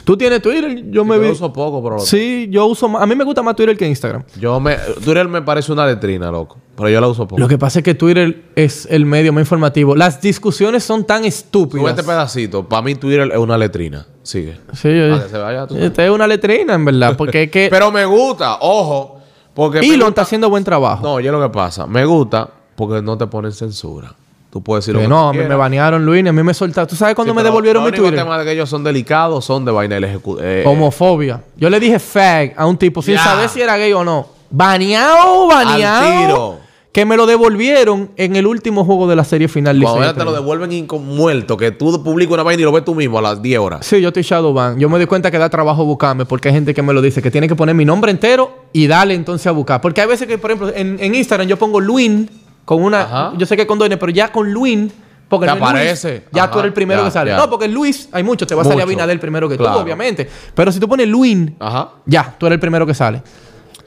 [SPEAKER 1] Tú tienes Twitter, yo me
[SPEAKER 3] Yo
[SPEAKER 1] vi.
[SPEAKER 3] uso poco, pero...
[SPEAKER 1] Sí, yo uso más. A mí me gusta más Twitter que Instagram.
[SPEAKER 3] Yo me... Twitter me parece una letrina, loco. Pero yo la uso poco.
[SPEAKER 1] Lo que pasa es que Twitter es el medio más informativo. Las discusiones son tan
[SPEAKER 3] Sube
[SPEAKER 1] estúpidas.
[SPEAKER 3] este pedacito. Para mí Twitter es una letrina. Sigue.
[SPEAKER 1] Sí, yo-
[SPEAKER 3] Ah, que se vaya, tú sabes.
[SPEAKER 1] Esta es una letrina, en verdad. Porque es que
[SPEAKER 3] Pero me gusta, ojo. Porque me
[SPEAKER 1] Elon
[SPEAKER 3] gusta-
[SPEAKER 1] está haciendo buen trabajo.
[SPEAKER 3] No, yo lo que pasa. Me gusta porque no te ponen censura. Tú puedes decir lo
[SPEAKER 1] Que
[SPEAKER 3] que
[SPEAKER 1] no,
[SPEAKER 3] tú
[SPEAKER 1] a mí me
[SPEAKER 3] quieras.
[SPEAKER 1] banearon, Luis. A mí me soltaron. ¿Tú sabes cuando
[SPEAKER 3] Sí,
[SPEAKER 1] me
[SPEAKER 3] pero
[SPEAKER 1] devolvieron mi
[SPEAKER 3] Los
[SPEAKER 1] Twitter?
[SPEAKER 3] únicos temas de que ellos son delicados son de vaina del ejecu- eh,
[SPEAKER 1] Homofobia. Yo le dije fag a un tipo sin
[SPEAKER 3] Ya.
[SPEAKER 1] saber si era gay o no. Baneado, baneado.
[SPEAKER 3] tiro.
[SPEAKER 1] Que me lo devolvieron en el último juego de la serie final.
[SPEAKER 3] Cuando
[SPEAKER 1] Licey
[SPEAKER 3] ya te lo
[SPEAKER 1] perdió.
[SPEAKER 3] devuelven inco- muerto, que tú publicas una vaina y lo ves tú mismo a las 10 horas.
[SPEAKER 1] Sí, yo estoy Shadowban. Yo me doy cuenta que da trabajo buscarme porque hay gente que me lo dice, que tiene que poner mi nombre entero y dale entonces a buscar. Porque hay veces que, por ejemplo, en, en Instagram yo pongo Luin con una.
[SPEAKER 3] Ajá.
[SPEAKER 1] Yo sé que con doble, pero ya con Luin. Porque
[SPEAKER 3] Te
[SPEAKER 1] no es Luis,
[SPEAKER 3] aparece.
[SPEAKER 1] ya
[SPEAKER 3] Ajá,
[SPEAKER 1] tú eres el primero
[SPEAKER 3] ya,
[SPEAKER 1] que sale.
[SPEAKER 3] ya.
[SPEAKER 1] No, porque Luis, hay muchos, te va a salir
[SPEAKER 3] Mucho.
[SPEAKER 1] Abinader primero que tú,
[SPEAKER 3] Claro.
[SPEAKER 1] obviamente. Pero si tú pones Luin,
[SPEAKER 3] Ajá.
[SPEAKER 1] ya, tú eres el primero que sale.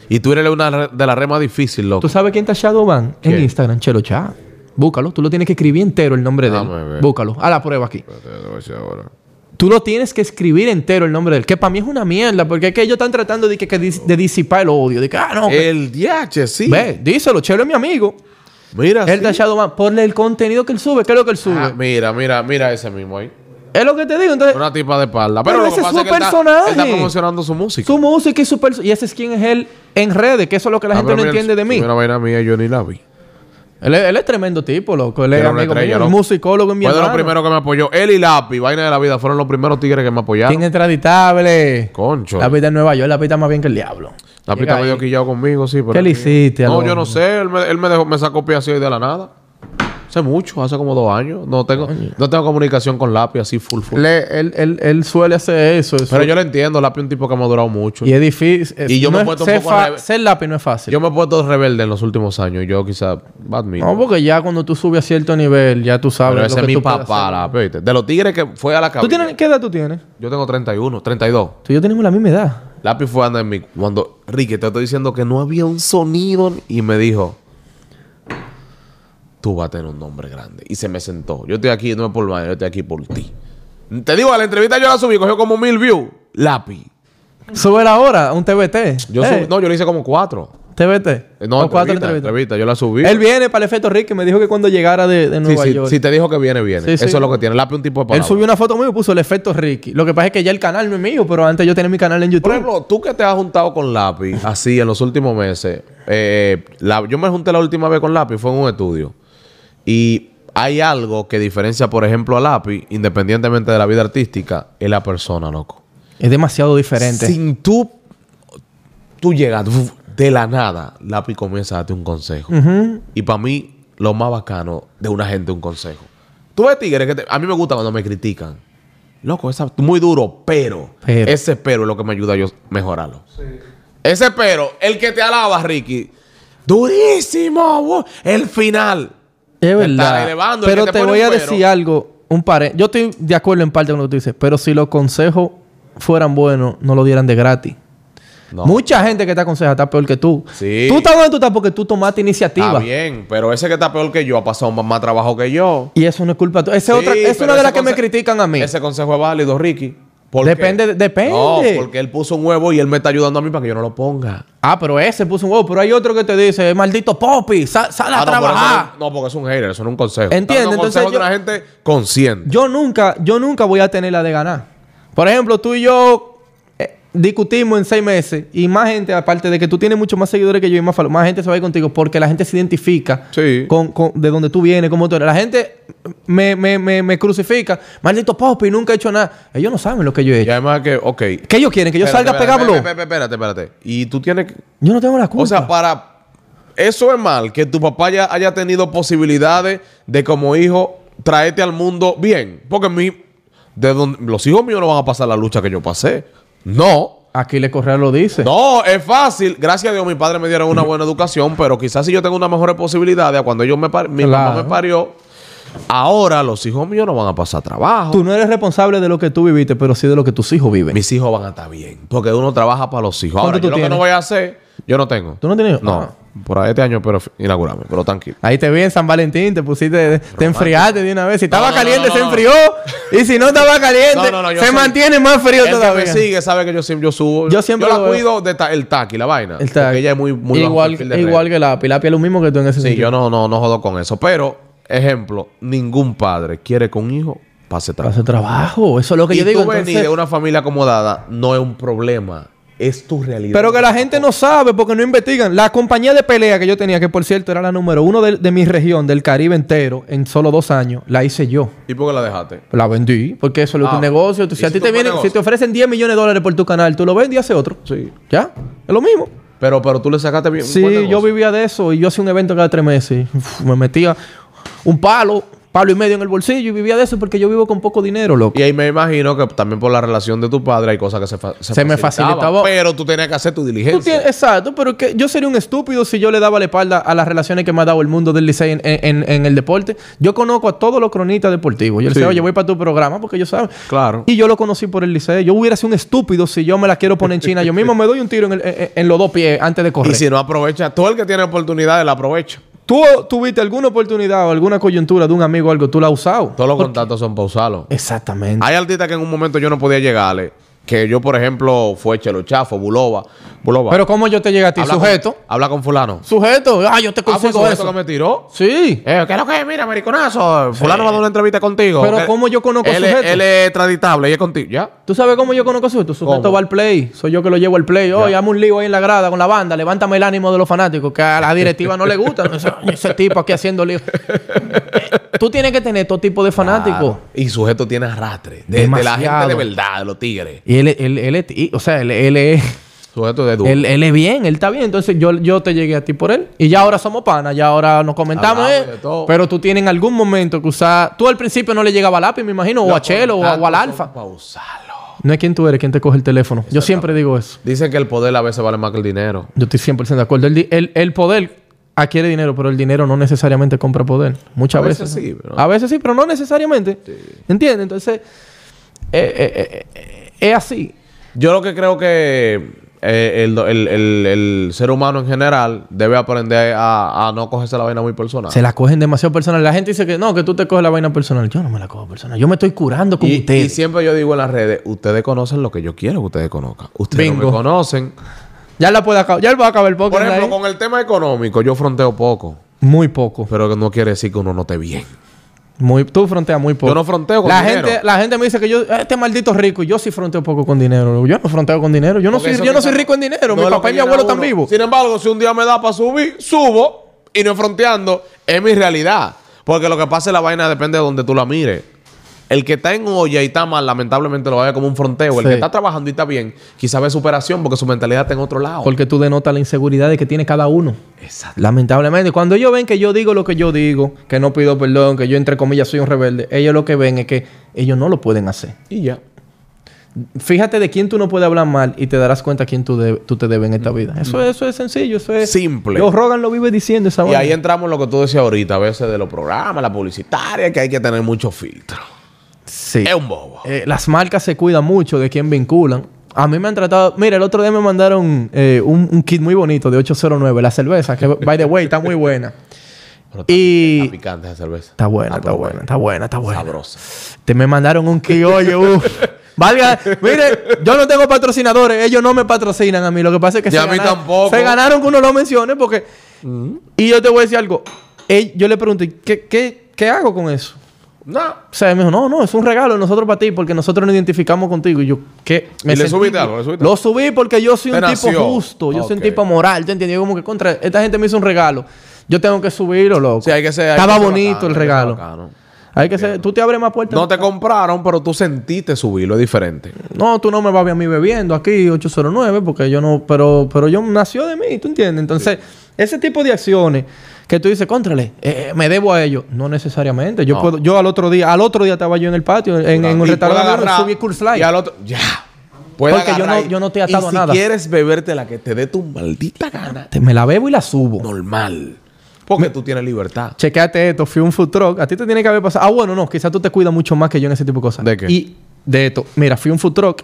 [SPEAKER 3] Y Twitter es una re- de las remas difícil, loco.
[SPEAKER 1] ¿Tú sabes quién está Shadowban? En
[SPEAKER 3] ¿Quién?
[SPEAKER 1] Instagram, Chelo Chá. Búscalo. Tú lo tienes que escribir entero el nombre de
[SPEAKER 3] Dame
[SPEAKER 1] él.
[SPEAKER 3] ver.
[SPEAKER 1] Búscalo. A la prueba aquí.
[SPEAKER 3] Te lo voy a decir ahora.
[SPEAKER 1] Tú lo tienes que escribir entero el nombre de él. Que para mí es una mierda. Porque es que ellos están tratando de, que, que dis- de disipar el odio. De que, ah, no. que-
[SPEAKER 3] El DH, sí.
[SPEAKER 1] Ve, díselo. Chelo es mi amigo.
[SPEAKER 3] Mira,
[SPEAKER 1] Él
[SPEAKER 3] Ah, sí.
[SPEAKER 1] está Shadowban. Ponle el contenido que él sube. ¿Qué es lo que él sube?
[SPEAKER 3] Ah, mira, mira, mira ese mismo ahí.
[SPEAKER 1] es lo que te digo. Entonces,
[SPEAKER 3] Una tipa de espalda.
[SPEAKER 1] Pero
[SPEAKER 3] Pero, lo
[SPEAKER 1] ese
[SPEAKER 3] que
[SPEAKER 1] es su
[SPEAKER 3] pasa es que él está-
[SPEAKER 1] personaje.
[SPEAKER 3] Él está, promocionando su música.
[SPEAKER 1] su música y su perso- Y ese es quien es él en redes. Que eso es lo que la
[SPEAKER 3] Ah,
[SPEAKER 1] gente
[SPEAKER 3] pero
[SPEAKER 1] no
[SPEAKER 3] mira,
[SPEAKER 1] entiende de mí.
[SPEAKER 3] Una vaina mía, yo ni la vi.
[SPEAKER 1] Él, es- él es tremendo tipo, loco. Él es
[SPEAKER 3] Era una
[SPEAKER 1] amigo
[SPEAKER 3] estrella,
[SPEAKER 1] mío.
[SPEAKER 3] loco.
[SPEAKER 1] musicólogo en mi
[SPEAKER 3] Fue de los
[SPEAKER 1] hermano.
[SPEAKER 3] primeros que me apoyó. Él y Lapi, vaina de la vida, fueron los primeros tigres que me apoyaron.
[SPEAKER 1] ¿Quién es traditable?
[SPEAKER 3] Concho.
[SPEAKER 1] La pista en Nueva York, la pista más bien que el diablo.
[SPEAKER 3] Lapi
[SPEAKER 1] Llega
[SPEAKER 3] está medio
[SPEAKER 1] ahí.
[SPEAKER 3] quillado conmigo, sí. Pero
[SPEAKER 1] ¿Qué le hiciste,
[SPEAKER 3] No,
[SPEAKER 1] Alonso?
[SPEAKER 3] yo no sé. Él me, él me dejó, me sacó pie así de la nada. Hace mucho, hace como dos años. No tengo, no tengo comunicación con Lapi así full full.
[SPEAKER 1] Le- él, él- él suele hacer eso. eso.
[SPEAKER 3] pero yo lo entiendo, Lapi es un tipo que ha madurado mucho.
[SPEAKER 1] Y es difícil. es-
[SPEAKER 3] Y
[SPEAKER 1] no
[SPEAKER 3] yo me he
[SPEAKER 1] es-
[SPEAKER 3] puesto un
[SPEAKER 1] ser
[SPEAKER 3] poco
[SPEAKER 1] fa-
[SPEAKER 3] rebe-
[SPEAKER 1] Ser lápiz no es fácil.
[SPEAKER 3] Yo me he puesto rebelde en los últimos años. Yo quizá admito.
[SPEAKER 1] No, porque ya cuando tú subes a cierto nivel, ya tú sabes
[SPEAKER 3] pero
[SPEAKER 1] lo
[SPEAKER 3] ese
[SPEAKER 1] que
[SPEAKER 3] es mi
[SPEAKER 1] tú puedes
[SPEAKER 3] papá,
[SPEAKER 1] hacer.
[SPEAKER 3] Lapi, ¿viste? De los tigres que fue a la
[SPEAKER 1] ¿Tú
[SPEAKER 3] cabina.
[SPEAKER 1] tienes, ¿Qué edad tú tienes?
[SPEAKER 3] Yo tengo 31, 32.
[SPEAKER 1] Tú y yo tenemos la misma edad.
[SPEAKER 3] Lápiz fue anda en mi. Cuando, Ricky, te estoy diciendo que no había un sonido. Y me dijo. Tú vas a tener un nombre grande. Y se me sentó. Yo estoy aquí, no es por baño, yo estoy aquí por ti. Te digo, a la entrevista yo la subí, cogió como mil views. Lápiz.
[SPEAKER 1] Sube la hora, un TBT.
[SPEAKER 3] Yo
[SPEAKER 1] Eh,
[SPEAKER 3] subí- no, yo le hice como cuatro.
[SPEAKER 1] TBT.
[SPEAKER 3] No,
[SPEAKER 1] O cuatro
[SPEAKER 3] entrevista,
[SPEAKER 1] entrevistas.
[SPEAKER 3] entrevista, yo la subí.
[SPEAKER 1] Él viene para el efecto Ricky. Me dijo que cuando llegara de, de
[SPEAKER 3] Sí,
[SPEAKER 1] Nueva
[SPEAKER 3] sí,
[SPEAKER 1] York.
[SPEAKER 3] si te dijo que viene, viene.
[SPEAKER 1] Sí,
[SPEAKER 3] Eso
[SPEAKER 1] sí.
[SPEAKER 3] es lo que tiene. Lápiz es un tipo de
[SPEAKER 1] él
[SPEAKER 3] palabra.
[SPEAKER 1] subió una foto mío y puso el efecto Ricky. Lo que pasa es que ya el canal no es mío, pero antes yo tenía mi canal en YouTube.
[SPEAKER 3] Por ejemplo, tú que te has juntado con Lápiz así en los últimos meses. eh, la- yo me junté la última vez con Lápiz, fue en un estudio. Y hay algo que diferencia, por ejemplo, a Lápiz, independientemente de la vida artística, es la persona, loco.
[SPEAKER 1] es demasiado diferente.
[SPEAKER 3] Sin tú, tú llegas uf, de la nada, Lápiz comienza a darte un consejo. Y para mí, lo más bacano de una gente es un consejo. Tú ves tigres que te- a mí me gusta cuando me critican. Loco, esa, muy duro, pero,
[SPEAKER 1] Pero.
[SPEAKER 3] ese pero es lo que me ayuda a yo mejorarlo. Ese pero, el que te alaba, Ricky, durísimo, wo- el final.
[SPEAKER 1] Es
[SPEAKER 3] Te está
[SPEAKER 1] verdad.
[SPEAKER 3] elevando, el
[SPEAKER 1] pero
[SPEAKER 3] que
[SPEAKER 1] te,
[SPEAKER 3] te pone
[SPEAKER 1] voy a
[SPEAKER 3] un
[SPEAKER 1] decir
[SPEAKER 3] cuero.
[SPEAKER 1] algo, un par. Yo estoy de acuerdo en parte con lo que tú dices, pero si los consejos fueran buenos, no lo dieran de gratis.
[SPEAKER 3] No.
[SPEAKER 1] Mucha gente que te aconseja está peor que tú.
[SPEAKER 3] Sí.
[SPEAKER 1] Tú estás donde tú estás porque tú tomaste
[SPEAKER 3] Está
[SPEAKER 1] iniciativa.
[SPEAKER 3] bien, pero ese que está peor que yo ha pasado más, más trabajo que yo.
[SPEAKER 1] Y eso no es culpa tuya. Esa es
[SPEAKER 3] Sí,
[SPEAKER 1] otra- esa es
[SPEAKER 3] pero
[SPEAKER 1] una de
[SPEAKER 3] ese
[SPEAKER 1] las que me
[SPEAKER 3] conse-
[SPEAKER 1] critican a mí.
[SPEAKER 3] Ese consejo es válido, Ricky. ¿Por
[SPEAKER 1] Depende de- depende.
[SPEAKER 3] No, porque él puso un huevo y él me está ayudando a mí para que yo no lo ponga.
[SPEAKER 1] Ah, pero ese puso un huevo. Pero hay otro que te dice, maldito Poppy, sal, sal a
[SPEAKER 3] Ah, no, pero
[SPEAKER 1] trabajar.
[SPEAKER 3] eso no, no, porque es un hater, eso no es un consejo.
[SPEAKER 1] Entiende,
[SPEAKER 3] Está dando un
[SPEAKER 1] entonces
[SPEAKER 3] consejo
[SPEAKER 1] yo-
[SPEAKER 3] de una gente consciente.
[SPEAKER 1] yo nunca, yo nunca voy a tener la de ganar. Por ejemplo, tú y yo eh, discutimos en seis meses y más gente, aparte de que tú tienes muchos más seguidores que yo y más falo- más gente se va a ir contigo porque la gente se identifica
[SPEAKER 3] Sí.
[SPEAKER 1] con, con- de donde tú vienes, cómo tú eres. La gente me, me, me, me crucifica. Maldito Poppy, nunca he hecho nada. Ellos no saben lo que yo he
[SPEAKER 3] Y
[SPEAKER 1] hecho.
[SPEAKER 3] además que, ok.
[SPEAKER 1] ¿Qué ellos quieren? ¿Que yo
[SPEAKER 3] Espérate,
[SPEAKER 1] salga a pegar
[SPEAKER 3] espérate,
[SPEAKER 1] blog?
[SPEAKER 3] Espérate, espérate, espérate. Y tú tienes que...
[SPEAKER 1] Yo no tengo la culpa.
[SPEAKER 3] O sea, para... Eso es mal, que tu papá ya haya tenido posibilidades de como hijo traerte al mundo bien. Porque mi... De donde, los hijos míos no van a pasar la lucha que yo pasé. No.
[SPEAKER 1] Aquí le Correa lo dice.
[SPEAKER 3] No, es fácil. Gracias a Dios, mis padres me dieron una buena educación, pero quizás si yo tengo una mejor posibilidad de cuando ellos me par- mi
[SPEAKER 1] Claro.
[SPEAKER 3] mamá me parió, ahora los hijos míos no van a pasar trabajo.
[SPEAKER 1] Tú no eres responsable de lo que tú viviste, pero sí de lo que tus hijos viven.
[SPEAKER 3] Mis hijos van a estar bien, porque uno trabaja para los hijos. Ahora,
[SPEAKER 1] ¿Cuánto tú
[SPEAKER 3] yo lo que
[SPEAKER 1] tienes?
[SPEAKER 3] no voy a hacer, yo no tengo.
[SPEAKER 1] ¿Tú no tienes hijos?
[SPEAKER 3] No,
[SPEAKER 1] Ah.
[SPEAKER 3] por ahí este año, pero fi- inauguramos, pero tranquilo.
[SPEAKER 1] Ahí te vi en San Valentín, te pusiste, te enfriaste de una vez. Si estaba
[SPEAKER 3] no, no,
[SPEAKER 1] caliente,
[SPEAKER 3] no,
[SPEAKER 1] se
[SPEAKER 3] no.
[SPEAKER 1] enfrió. Y si no estaba caliente,
[SPEAKER 3] No, no, no, yo
[SPEAKER 1] se
[SPEAKER 3] soy-
[SPEAKER 1] mantiene más frío
[SPEAKER 3] El que
[SPEAKER 1] todavía.
[SPEAKER 3] me sigue sabe que yo siempre yo subo.
[SPEAKER 1] Yo siempre
[SPEAKER 3] la
[SPEAKER 1] lo veo.
[SPEAKER 3] cuido de ta- el taqui, la vaina.
[SPEAKER 1] El tag.
[SPEAKER 3] Porque ella es muy, muy bajo
[SPEAKER 1] igual,
[SPEAKER 3] perfil de red.
[SPEAKER 1] igual que la pilapia es lo mismo que tú en ese
[SPEAKER 3] Sí,
[SPEAKER 1] sentido.
[SPEAKER 3] yo no, no, no jodo con eso. Pero, ejemplo, ningún padre quiere que un hijo pase trabajo.
[SPEAKER 1] Hace trabajo. Eso es lo que
[SPEAKER 3] y
[SPEAKER 1] yo digo.
[SPEAKER 3] tú venir
[SPEAKER 1] entonces-
[SPEAKER 3] de una familia acomodada no es un problema. Es tu realidad.
[SPEAKER 1] Pero que la gente no sabe porque no investigan. La compañía de pelea que yo tenía, que por cierto era la número uno de, de mi región, del Caribe entero, en solo dos años, la hice yo.
[SPEAKER 3] ¿Y por qué la dejaste?
[SPEAKER 1] La vendí. Porque eso es lo que
[SPEAKER 3] Ah,
[SPEAKER 1] un negocio. Tú-
[SPEAKER 3] ¿y
[SPEAKER 1] si a
[SPEAKER 3] si
[SPEAKER 1] ti
[SPEAKER 3] tú
[SPEAKER 1] te
[SPEAKER 3] fue
[SPEAKER 1] vienen,
[SPEAKER 3] negocio?
[SPEAKER 1] si te ofrecen 10 millones de dólares por tu canal, tú lo vendes y hace otro.
[SPEAKER 3] Sí.
[SPEAKER 1] ¿Ya? Es lo mismo.
[SPEAKER 3] Pero, pero tú le sacaste bien. un buen
[SPEAKER 1] Sí, yo
[SPEAKER 3] negocio.
[SPEAKER 1] vivía de eso y yo hacía un evento cada tres meses. Uf, me metía un palo, palo y medio en el bolsillo y vivía de eso porque yo vivo con poco dinero, loco.
[SPEAKER 3] Y ahí me imagino que también por la relación de tu padre hay cosas que se, fa-
[SPEAKER 1] Se me
[SPEAKER 3] facilitaban,
[SPEAKER 1] facilitaba.
[SPEAKER 3] Pero tú tenías que hacer tu
[SPEAKER 1] Tú
[SPEAKER 3] diligencia.
[SPEAKER 1] tienes- exacto, pero que yo sería un estúpido si yo le daba la espalda a las relaciones que me ha dado el mundo del liceo en, en- en el deporte. Yo conozco a todos los cronistas deportivos. Yo les
[SPEAKER 3] Sí.
[SPEAKER 1] decía, oye, voy para tu programa porque yo saben.
[SPEAKER 3] Claro.
[SPEAKER 1] Y yo lo conocí por el liceo. Yo hubiera sido un estúpido si yo me la quiero poner en China. Yo mismo me doy un tiro en, el- en- en los dos pies antes de correr.
[SPEAKER 3] Y si no aprovecha, todo el que tiene oportunidad la aprovecha.
[SPEAKER 1] ¿Tú tuviste alguna oportunidad o alguna coyuntura de un amigo o algo? ¿Tú la has usado?
[SPEAKER 3] Todos los contactos son pausalos.
[SPEAKER 1] Exactamente.
[SPEAKER 3] Hay artistas que en un momento yo no podía llegarle. Que yo, por ejemplo, fue Chelo Chafo, Bulova. Bulova.
[SPEAKER 1] Pero ¿cómo yo te llegué a ti?
[SPEAKER 3] habla
[SPEAKER 1] ¿Sujeto?
[SPEAKER 3] Con, habla con fulano.
[SPEAKER 1] ¿Sujeto? Ah, yo te
[SPEAKER 3] Ah, fue
[SPEAKER 1] consigo
[SPEAKER 3] sujeto
[SPEAKER 1] eso.
[SPEAKER 3] que me tiró.
[SPEAKER 1] Sí.
[SPEAKER 3] Eh, ¿qué es lo que es? Mira, mariconazo. Fulano va a dar una entrevista contigo.
[SPEAKER 1] Pero
[SPEAKER 3] Que-
[SPEAKER 1] ¿cómo yo conozco
[SPEAKER 3] él,
[SPEAKER 1] sujeto?
[SPEAKER 3] es- Él es traditable y es contigo. ¿Ya?
[SPEAKER 1] ¿Tú sabes cómo yo conozco eso? Tu sujeto
[SPEAKER 3] ¿Cómo?
[SPEAKER 1] va al play. Soy yo que lo llevo al play. Oye, hazme un lío ahí en la grada con la banda. Levántame el ánimo de los fanáticos que a la directiva no le gusta. Ese, ese tipo aquí haciendo lío. Eh, Tú tienes que tener todo tipo de fanáticos.
[SPEAKER 3] Claro. Y sujeto tiene arrastre. De, de la gente de
[SPEAKER 1] Demasiado.
[SPEAKER 3] verdad, de los tigres.
[SPEAKER 1] Y él, él, él, es ti- o sea, él, él es,
[SPEAKER 3] Sujeto de duro.
[SPEAKER 1] él, él es bien, él está bien. Entonces yo, yo te llegué a ti por él. Y ya ahora somos panas, ya ahora nos comentamos.
[SPEAKER 3] Hablamos
[SPEAKER 1] eh.
[SPEAKER 3] de todo.
[SPEAKER 1] Pero tú tienes en algún momento que usar. Tú al principio no le llegaba a lápiz, me imagino, o a Chelo o, a- o al Alfa.
[SPEAKER 3] Pausalo.
[SPEAKER 1] No es quien tú eres quien te coge el teléfono. Yo siempre digo eso.
[SPEAKER 3] Dicen que el poder a veces vale más que el dinero.
[SPEAKER 1] Yo estoy 100% de acuerdo. El, di- el- el poder adquiere dinero, pero el dinero no necesariamente compra poder. Muchas
[SPEAKER 3] A veces
[SPEAKER 1] veces.
[SPEAKER 3] sí, pero-
[SPEAKER 1] A veces sí, pero no necesariamente. ¿Entiendes? Entonces, eh, eh, eh, eh, es así.
[SPEAKER 3] Yo lo que creo que eh, el, el- el- el ser humano en general debe aprender a, a no cogerse la vaina muy personal.
[SPEAKER 1] Se la cogen demasiado personal. La gente dice que no, que tú te coges la vaina personal. Yo no me la cojo personal. Yo me estoy curando con
[SPEAKER 3] Y,
[SPEAKER 1] ustedes.
[SPEAKER 3] y siempre yo digo en las redes, ustedes conocen lo que yo quiero que ustedes conozcan. Ustedes no
[SPEAKER 1] Bingo.
[SPEAKER 3] me conocen.
[SPEAKER 1] Ya la puede acabar. Ya él va a acabar el
[SPEAKER 3] Por
[SPEAKER 1] podcast.
[SPEAKER 3] ejemplo,
[SPEAKER 1] ahí.
[SPEAKER 3] con el tema económico, yo fronteo poco.
[SPEAKER 1] Muy poco.
[SPEAKER 3] Pero que no quiere decir que uno no esté bien.
[SPEAKER 1] Muy, tú fronteas muy poco.
[SPEAKER 3] Yo no fronteo con
[SPEAKER 1] la
[SPEAKER 3] dinero.
[SPEAKER 1] Gente, la gente me dice que yo, este maldito rico, y yo sí fronteo poco con dinero. Yo no fronteo con dinero. Yo no,
[SPEAKER 3] Porque
[SPEAKER 1] soy,
[SPEAKER 3] eso
[SPEAKER 1] yo no
[SPEAKER 3] quizá
[SPEAKER 1] soy rico en dinero.
[SPEAKER 3] no
[SPEAKER 1] mi
[SPEAKER 3] es lo
[SPEAKER 1] papá y mi
[SPEAKER 3] que llena
[SPEAKER 1] abuelo
[SPEAKER 3] uno.
[SPEAKER 1] están vivos.
[SPEAKER 3] Sin embargo, si un día me da para subir, subo y no es fronteando, es mi realidad. Porque lo que pase la vaina depende de donde tú la mires. El que está en olla y está mal, lamentablemente lo va a ver como un fronteo. El
[SPEAKER 1] Sí.
[SPEAKER 3] que está trabajando y está bien, quizá ve superación porque su mentalidad está en otro lado.
[SPEAKER 1] Porque tú denotas la inseguridad de que tiene cada uno.
[SPEAKER 3] Exacto.
[SPEAKER 1] Lamentablemente, cuando ellos ven que yo digo lo que yo digo, que no pido perdón, que yo entre comillas soy un rebelde, ellos lo que ven es que ellos no lo pueden hacer.
[SPEAKER 3] Y ya.
[SPEAKER 1] Fíjate de quién tú no puedes hablar mal y te darás cuenta quién tú, de- tú te debes en esta vida. Eso, eso es sencillo, eso es
[SPEAKER 3] Simple.
[SPEAKER 1] Yo Rogan lo vive diciendo esa
[SPEAKER 3] Y ahí
[SPEAKER 1] vaina.
[SPEAKER 3] entramos en lo que tú decías ahorita, a veces de los programas, la publicitaria, que hay que tener mucho filtro.
[SPEAKER 1] Sí.
[SPEAKER 3] Es un bobo.
[SPEAKER 1] Eh, las marcas se cuidan mucho de quién vinculan. A mí me han tratado. Mira, el otro día me mandaron eh, un, un kit muy bonito de 809, la cerveza, que by the way está muy buena.
[SPEAKER 3] Pero está-
[SPEAKER 1] y-
[SPEAKER 3] está picante esa cerveza.
[SPEAKER 1] Está buena,
[SPEAKER 3] Ah,
[SPEAKER 1] está
[SPEAKER 3] pero
[SPEAKER 1] buena, está buena, está buena.
[SPEAKER 3] Sabrosa.
[SPEAKER 1] Te me mandaron un criollo. uf. Valga, mire, yo no tengo patrocinadores, ellos no me patrocinan a mí. Lo que pasa es que
[SPEAKER 3] Ni a mí
[SPEAKER 1] ganaron,
[SPEAKER 3] tampoco. Mm.
[SPEAKER 1] se ganaron que uno lo mencione porque. Y yo te voy a decir algo. Ey, yo le pregunté, ¿qué, qué, ¿qué hago con eso?
[SPEAKER 3] No.
[SPEAKER 1] O sea, él me dijo, no, no, es un regalo de nosotros para ti porque nosotros nos identificamos contigo. Y yo, ¿qué?
[SPEAKER 3] ¿Y le subiste algo? ¿Le subiste
[SPEAKER 1] Lo
[SPEAKER 3] algo?
[SPEAKER 1] subí porque yo soy un
[SPEAKER 3] Te
[SPEAKER 1] tipo
[SPEAKER 3] nació.
[SPEAKER 1] justo, yo soy un
[SPEAKER 3] Ok.
[SPEAKER 1] tipo moral, ¿te entiendes? Yo como que contra, esta gente me hizo un regalo. Yo tengo que subirlo, loco.
[SPEAKER 3] Sí, hay que ser- hay
[SPEAKER 1] Estaba
[SPEAKER 3] que ser
[SPEAKER 1] bonito el
[SPEAKER 3] bacano, hay que ser
[SPEAKER 1] regalo.
[SPEAKER 3] bacano.
[SPEAKER 1] Hay que ser, tú te abres más puertas.
[SPEAKER 3] No te compraron, pero tú sentiste subirlo, es diferente.
[SPEAKER 1] No, tú no me vas a ver a mí bebiendo aquí 809 porque yo no, pero pero yo nació de mí, ¿tú entiendes? Entonces, ese tipo de acciones que tú dices, contrale, eh, me debo a ellos. No necesariamente. Yo
[SPEAKER 3] No.
[SPEAKER 1] puedo, yo al otro día, al otro día estaba yo en el patio, en, en
[SPEAKER 3] Y
[SPEAKER 1] un
[SPEAKER 3] puede
[SPEAKER 1] restaurante,
[SPEAKER 3] agarrar
[SPEAKER 1] subí Curse Light.
[SPEAKER 3] Y al otro, ya. Puede
[SPEAKER 1] Porque yo
[SPEAKER 3] agarrar
[SPEAKER 1] no-
[SPEAKER 3] y-
[SPEAKER 1] yo no estoy atado
[SPEAKER 3] y
[SPEAKER 1] a nada.
[SPEAKER 3] Si quieres beberte la que te dé tu maldita gana,
[SPEAKER 1] Te- me la bebo y la subo.
[SPEAKER 3] normal. Porque tú tienes libertad.
[SPEAKER 1] Chequeate esto, fui a un food truck. A ti te tiene que haber pasado. Ah, bueno, no, quizás tú te cuidas mucho más que yo en ese tipo de cosas.
[SPEAKER 3] ¿De qué?
[SPEAKER 1] Y de esto, mira, fui a un food truck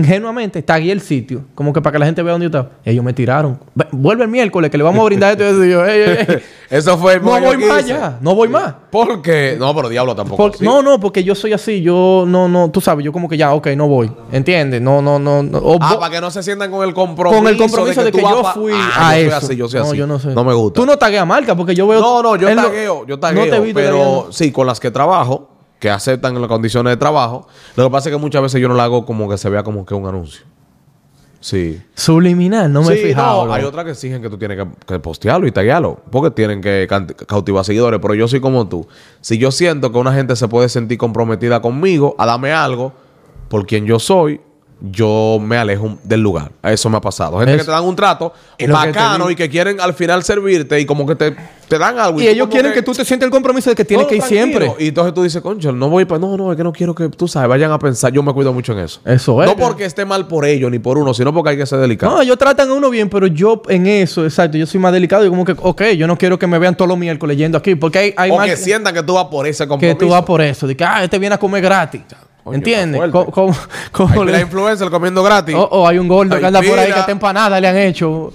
[SPEAKER 1] ingenuamente tagué el sitio, como que para que la gente vea dónde yo estaba. Ellos me tiraron. Ve- Vuelve el miércoles que le vamos a brindar esto. Y yo, "Ey, ey, ey,
[SPEAKER 3] Eso fue el
[SPEAKER 1] no
[SPEAKER 3] momento
[SPEAKER 1] voy
[SPEAKER 3] que
[SPEAKER 1] más
[SPEAKER 3] hice.
[SPEAKER 1] allá, no voy más.
[SPEAKER 3] Porque. No, pero diablo tampoco.
[SPEAKER 1] Por-
[SPEAKER 3] así.
[SPEAKER 1] No, no, porque yo soy así, yo no, no, tú sabes, yo como que ya, ok, no voy, ¿entiendes? No, no, no, no. O
[SPEAKER 3] Ah,
[SPEAKER 1] vo-
[SPEAKER 3] para que no se sientan con el compromiso.
[SPEAKER 1] con el compromiso de
[SPEAKER 3] tú
[SPEAKER 1] que,
[SPEAKER 3] vas
[SPEAKER 1] yo
[SPEAKER 3] pa-
[SPEAKER 1] fui
[SPEAKER 3] Ah,
[SPEAKER 1] a
[SPEAKER 3] yo
[SPEAKER 1] eso.
[SPEAKER 3] Soy así, yo soy
[SPEAKER 1] no,
[SPEAKER 3] así.
[SPEAKER 1] yo no sé.
[SPEAKER 3] No me gusta.
[SPEAKER 1] Tú no tagueas marca porque yo veo.
[SPEAKER 3] No, no, yo
[SPEAKER 1] es lo-
[SPEAKER 3] tagueo, yo tagueo,
[SPEAKER 1] No te vi
[SPEAKER 3] pero
[SPEAKER 1] tagueando.
[SPEAKER 3] sí, con las que trabajo, que aceptan las condiciones de trabajo. Lo que pasa es que muchas veces yo no la hago como que se vea como que un anuncio. Sí.
[SPEAKER 1] Subliminal, no me he
[SPEAKER 3] Sí,
[SPEAKER 1] fijado.
[SPEAKER 3] hay
[SPEAKER 1] loco.
[SPEAKER 3] otras que exigen que tú tienes que, que postearlo y taguearlo, porque tienen que cant- cautivar seguidores, pero yo soy como tú. Si yo siento que una gente se puede sentir comprometida conmigo a darme algo por quien yo soy, yo me alejo del lugar. Eso me ha pasado. Gente que
[SPEAKER 1] Eso.
[SPEAKER 3] te dan un trato
[SPEAKER 1] Y lo que te
[SPEAKER 3] bacano
[SPEAKER 1] di-
[SPEAKER 3] y que quieren al final servirte y como que te, te dan algo.
[SPEAKER 1] Y
[SPEAKER 3] tú
[SPEAKER 1] ellos
[SPEAKER 3] como
[SPEAKER 1] quieren que tú te sientas el compromiso de que tienes
[SPEAKER 3] no,
[SPEAKER 1] que ir
[SPEAKER 3] tranquilo.
[SPEAKER 1] siempre.
[SPEAKER 3] Y entonces tú dices, concha, no voy para. No, no, es que no quiero que tú sabes, vayan a pensar. Yo me cuido mucho en eso.
[SPEAKER 1] Eso es.
[SPEAKER 3] No porque esté mal por ellos ni por uno, sino porque hay que ser delicado.
[SPEAKER 1] No, ellos tratan a uno bien, pero yo en eso, exacto, yo soy más delicado. Yo como que, ok, yo no quiero que me vean todos los miércoles yendo aquí, porque hay, hay
[SPEAKER 3] o
[SPEAKER 1] marcas-
[SPEAKER 3] que sientan que tú vas por ese
[SPEAKER 1] que
[SPEAKER 3] compromiso.
[SPEAKER 1] tú vas por eso. De que, ah, este viene a comer gratis.
[SPEAKER 3] Coño,
[SPEAKER 1] ¿Entiendes?
[SPEAKER 3] está
[SPEAKER 1] ¿Cómo,
[SPEAKER 3] fuerte.
[SPEAKER 1] cómo,
[SPEAKER 3] Ahí
[SPEAKER 1] cómo
[SPEAKER 3] vi
[SPEAKER 1] le-
[SPEAKER 3] la influencer comiendo gratis.
[SPEAKER 1] Oh, oh, hay un gordo
[SPEAKER 3] Ay,
[SPEAKER 1] que anda por ahí
[SPEAKER 3] mira.
[SPEAKER 1] que está empanada, le han hecho.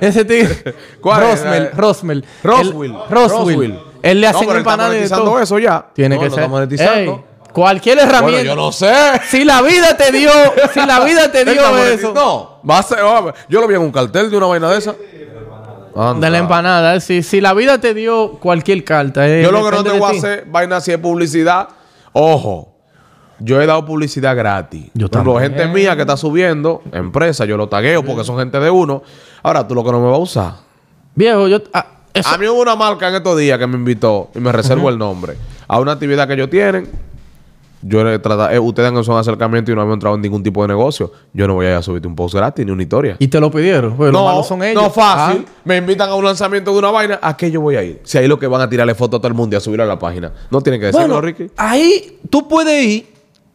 [SPEAKER 1] Ese tigre.
[SPEAKER 3] ¿Cuál es? Ah,
[SPEAKER 1] Roswell, Roswell.
[SPEAKER 3] Roswell.
[SPEAKER 1] Él- Roswell. Él le
[SPEAKER 3] No,
[SPEAKER 1] hacen
[SPEAKER 3] pero él está
[SPEAKER 1] empanada y de
[SPEAKER 3] monetizando
[SPEAKER 1] todo.
[SPEAKER 3] eso ya.
[SPEAKER 1] Tiene
[SPEAKER 3] No,
[SPEAKER 1] que
[SPEAKER 3] lo
[SPEAKER 1] ser.
[SPEAKER 3] está monetizando.
[SPEAKER 1] Ey, cualquier herramienta.
[SPEAKER 3] Bueno, yo no sé.
[SPEAKER 1] Si la vida te dio, si la vida te
[SPEAKER 3] Él
[SPEAKER 1] dio
[SPEAKER 3] está monetiz-
[SPEAKER 1] eso.
[SPEAKER 3] No, va a ser. oh, yo lo vi en un cartel de una vaina de esa. Anda.
[SPEAKER 1] De la empanada, eh, si, si la vida te dio cualquier carta. eh,
[SPEAKER 3] Yo lo que no
[SPEAKER 1] depende
[SPEAKER 3] te
[SPEAKER 1] de
[SPEAKER 3] voy a
[SPEAKER 1] ti.
[SPEAKER 3] hacer vaina si es publicidad. Ojo, yo he dado publicidad gratis.
[SPEAKER 1] Yo
[SPEAKER 3] Por ejemplo,
[SPEAKER 1] también.
[SPEAKER 3] gente mía que está subiendo, empresa, yo lo tagueo porque son gente de uno. Ahora, tú lo que no me vas a usar.
[SPEAKER 1] Viejo, yo. ah, eso-
[SPEAKER 3] A mí hubo una marca en estos días que me invitó y me reservo el nombre a una actividad que ellos tienen. Yo le trata, eh, ustedes han hecho un acercamiento y no habían entrado en ningún tipo de negocio. Yo no voy a ir a subirte un post gratis ni una historia.
[SPEAKER 1] y te lo pidieron. Pues, lo malo son ellos.
[SPEAKER 3] No fácil.
[SPEAKER 1] Ah,
[SPEAKER 3] Me invitan a un lanzamiento de una vaina. ¿A qué yo voy a ir? Si ahí lo que van a tirarle foto a todo el mundo y a subirlo a la página. No tienen que decirlo,
[SPEAKER 1] bueno,
[SPEAKER 3] Ricky.
[SPEAKER 1] ahí tú puedes ir.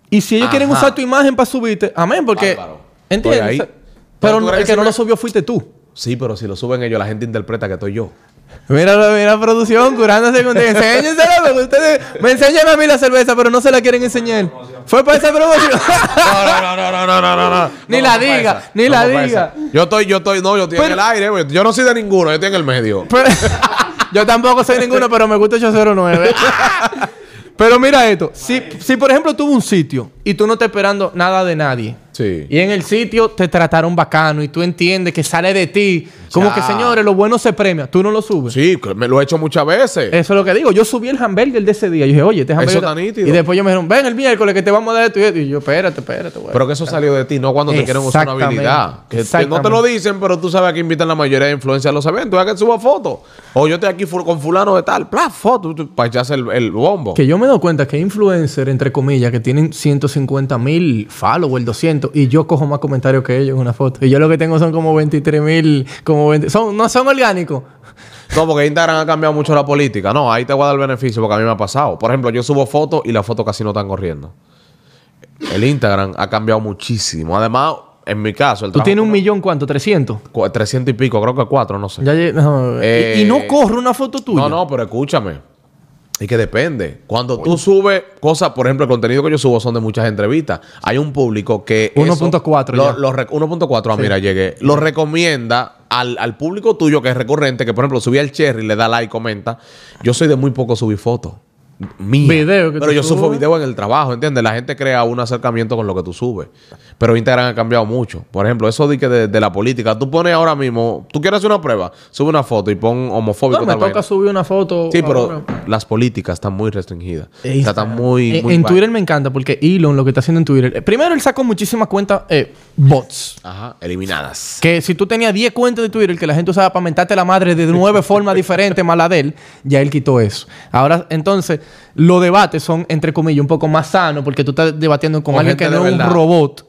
[SPEAKER 1] Y si ellos quieren
[SPEAKER 3] Ajá.
[SPEAKER 1] usar tu imagen para subirte, amén, porque.
[SPEAKER 3] Bárbaro.
[SPEAKER 1] ¿Entiendes?
[SPEAKER 3] Estoy ahí.
[SPEAKER 1] O sea, Pero
[SPEAKER 3] ¿Tú
[SPEAKER 1] no-
[SPEAKER 3] crees
[SPEAKER 1] el
[SPEAKER 3] que
[SPEAKER 1] que
[SPEAKER 3] si
[SPEAKER 1] no
[SPEAKER 3] me-
[SPEAKER 1] lo subió fuiste tú.
[SPEAKER 3] Sí, pero si lo suben ellos, la gente interpreta que estoy yo.
[SPEAKER 1] Mira, mira, producción, curándose con ustedes. Enséñensela, porque ustedes me enseñan a mí la cerveza, pero no se la quieren enseñar. Fue para esa promoción.
[SPEAKER 3] No, no, no, no, no, no, no, no, no.
[SPEAKER 1] Ni
[SPEAKER 3] No
[SPEAKER 1] la
[SPEAKER 3] fue pa'
[SPEAKER 1] diga,
[SPEAKER 3] esa.
[SPEAKER 1] ni
[SPEAKER 3] No
[SPEAKER 1] la
[SPEAKER 3] fue pa'
[SPEAKER 1] diga.
[SPEAKER 3] esa. Yo estoy, yo estoy, no, yo estoy en
[SPEAKER 1] Pero-
[SPEAKER 3] el aire, güey. Yo no soy de ninguno, yo estoy en el medio.
[SPEAKER 1] Pero- yo tampoco soy ninguno, pero me gusta 809. pero mira esto. Si, si, por ejemplo, tuvo un sitio y tú no estás esperando nada de nadie.
[SPEAKER 3] Sí.
[SPEAKER 1] Y en el sitio te trataron bacano y tú entiendes que sale de ti. Como
[SPEAKER 3] Ya.
[SPEAKER 1] que, señores, lo bueno se premia. Tú no lo subes.
[SPEAKER 3] Sí, que me lo he hecho muchas veces.
[SPEAKER 1] Eso es lo que digo. Yo subí el hamburger de ese día. Yo dije, oye, este hamburger.
[SPEAKER 3] está nítido.
[SPEAKER 1] Y después yo me dijeron, ven el miércoles que te vamos a dar esto y esto. Y yo, espérate, espérate, güey.
[SPEAKER 3] pero que eso salió de ti, no cuando te quieren usar una
[SPEAKER 1] Exactamente.
[SPEAKER 3] habilidad. Que, que no te lo
[SPEAKER 1] Exactamente.
[SPEAKER 3] dicen, pero tú sabes que invitan la mayoría de influencers a los eventos. a que suba fotos. O yo estoy aquí fu- con fulano de tal, ¡plaf! foto, tú- para echarse el, el bombo.
[SPEAKER 1] Que yo me he dado cuenta que influencers, entre comillas, que tienen 150 mil followers, 200, y yo cojo más comentarios que ellos en una foto. Y yo lo que tengo son como 23 mil, como 20 son, no son orgánicos.
[SPEAKER 3] No, porque Instagram ha cambiado mucho la política. No, ahí te voy a dar beneficio porque a mí me ha pasado. Por ejemplo, yo subo fotos y las fotos casi no están corriendo. El Instagram ha cambiado muchísimo. Además, en mi caso, el
[SPEAKER 1] Tú
[SPEAKER 3] trabajo
[SPEAKER 1] tienes un
[SPEAKER 3] que-
[SPEAKER 1] millón, ¿cuánto? 300.
[SPEAKER 3] cu- 300 y pico, creo que cuatro, no sé.
[SPEAKER 1] Ya lle- no, y-
[SPEAKER 3] Eh,
[SPEAKER 1] y, no corre una foto tuya.
[SPEAKER 3] No, no, pero escúchame. Es que depende. Cuando tú subes cosas, por ejemplo, el contenido que yo subo son de muchas entrevistas. Hay un público que. eso-
[SPEAKER 1] 1.4
[SPEAKER 3] lo-
[SPEAKER 1] ya.
[SPEAKER 3] lo rec- 1.4, ah, mira, llegué. Lo recomienda al, al público tuyo que es recurrente, que por ejemplo subí al Cherry, le da like, comenta. Yo soy de muy poco subir fotos. Mía.
[SPEAKER 1] Video que
[SPEAKER 3] pero
[SPEAKER 1] tú
[SPEAKER 3] yo subo
[SPEAKER 1] subes.
[SPEAKER 3] video en el trabajo, ¿entiendes? La gente crea un acercamiento con lo que tú subes. Pero Instagram ha cambiado mucho. Por ejemplo, eso de, que de, de la política. Tú pones ahora mismo, tú quieres hacer una prueba, sube una foto y pon homofóbico.
[SPEAKER 1] No, me
[SPEAKER 3] tal
[SPEAKER 1] toca
[SPEAKER 3] vaina.
[SPEAKER 1] subir una foto.
[SPEAKER 3] Sí, pero
[SPEAKER 1] ahora.
[SPEAKER 3] las políticas están muy restringidas.
[SPEAKER 1] Eh,
[SPEAKER 3] O sea, están muy,
[SPEAKER 1] En,
[SPEAKER 3] muy
[SPEAKER 1] en
[SPEAKER 3] pa-
[SPEAKER 1] Twitter me encanta porque Elon lo que está haciendo en Twitter. eh, primero él sacó muchísimas cuentas eh, bots.
[SPEAKER 3] Ajá, eliminadas.
[SPEAKER 1] Que si tú tenías 10 cuentas de Twitter que la gente usaba para mentarte la madre de nueve formas diferentes más la de él, ya él quitó eso. Ahora, entonces, los debates son, entre comillas, un poco más sanos porque tú estás debatiendo con,
[SPEAKER 3] Con
[SPEAKER 1] alguien que
[SPEAKER 3] gente de
[SPEAKER 1] no es un
[SPEAKER 3] verdad.
[SPEAKER 1] robot.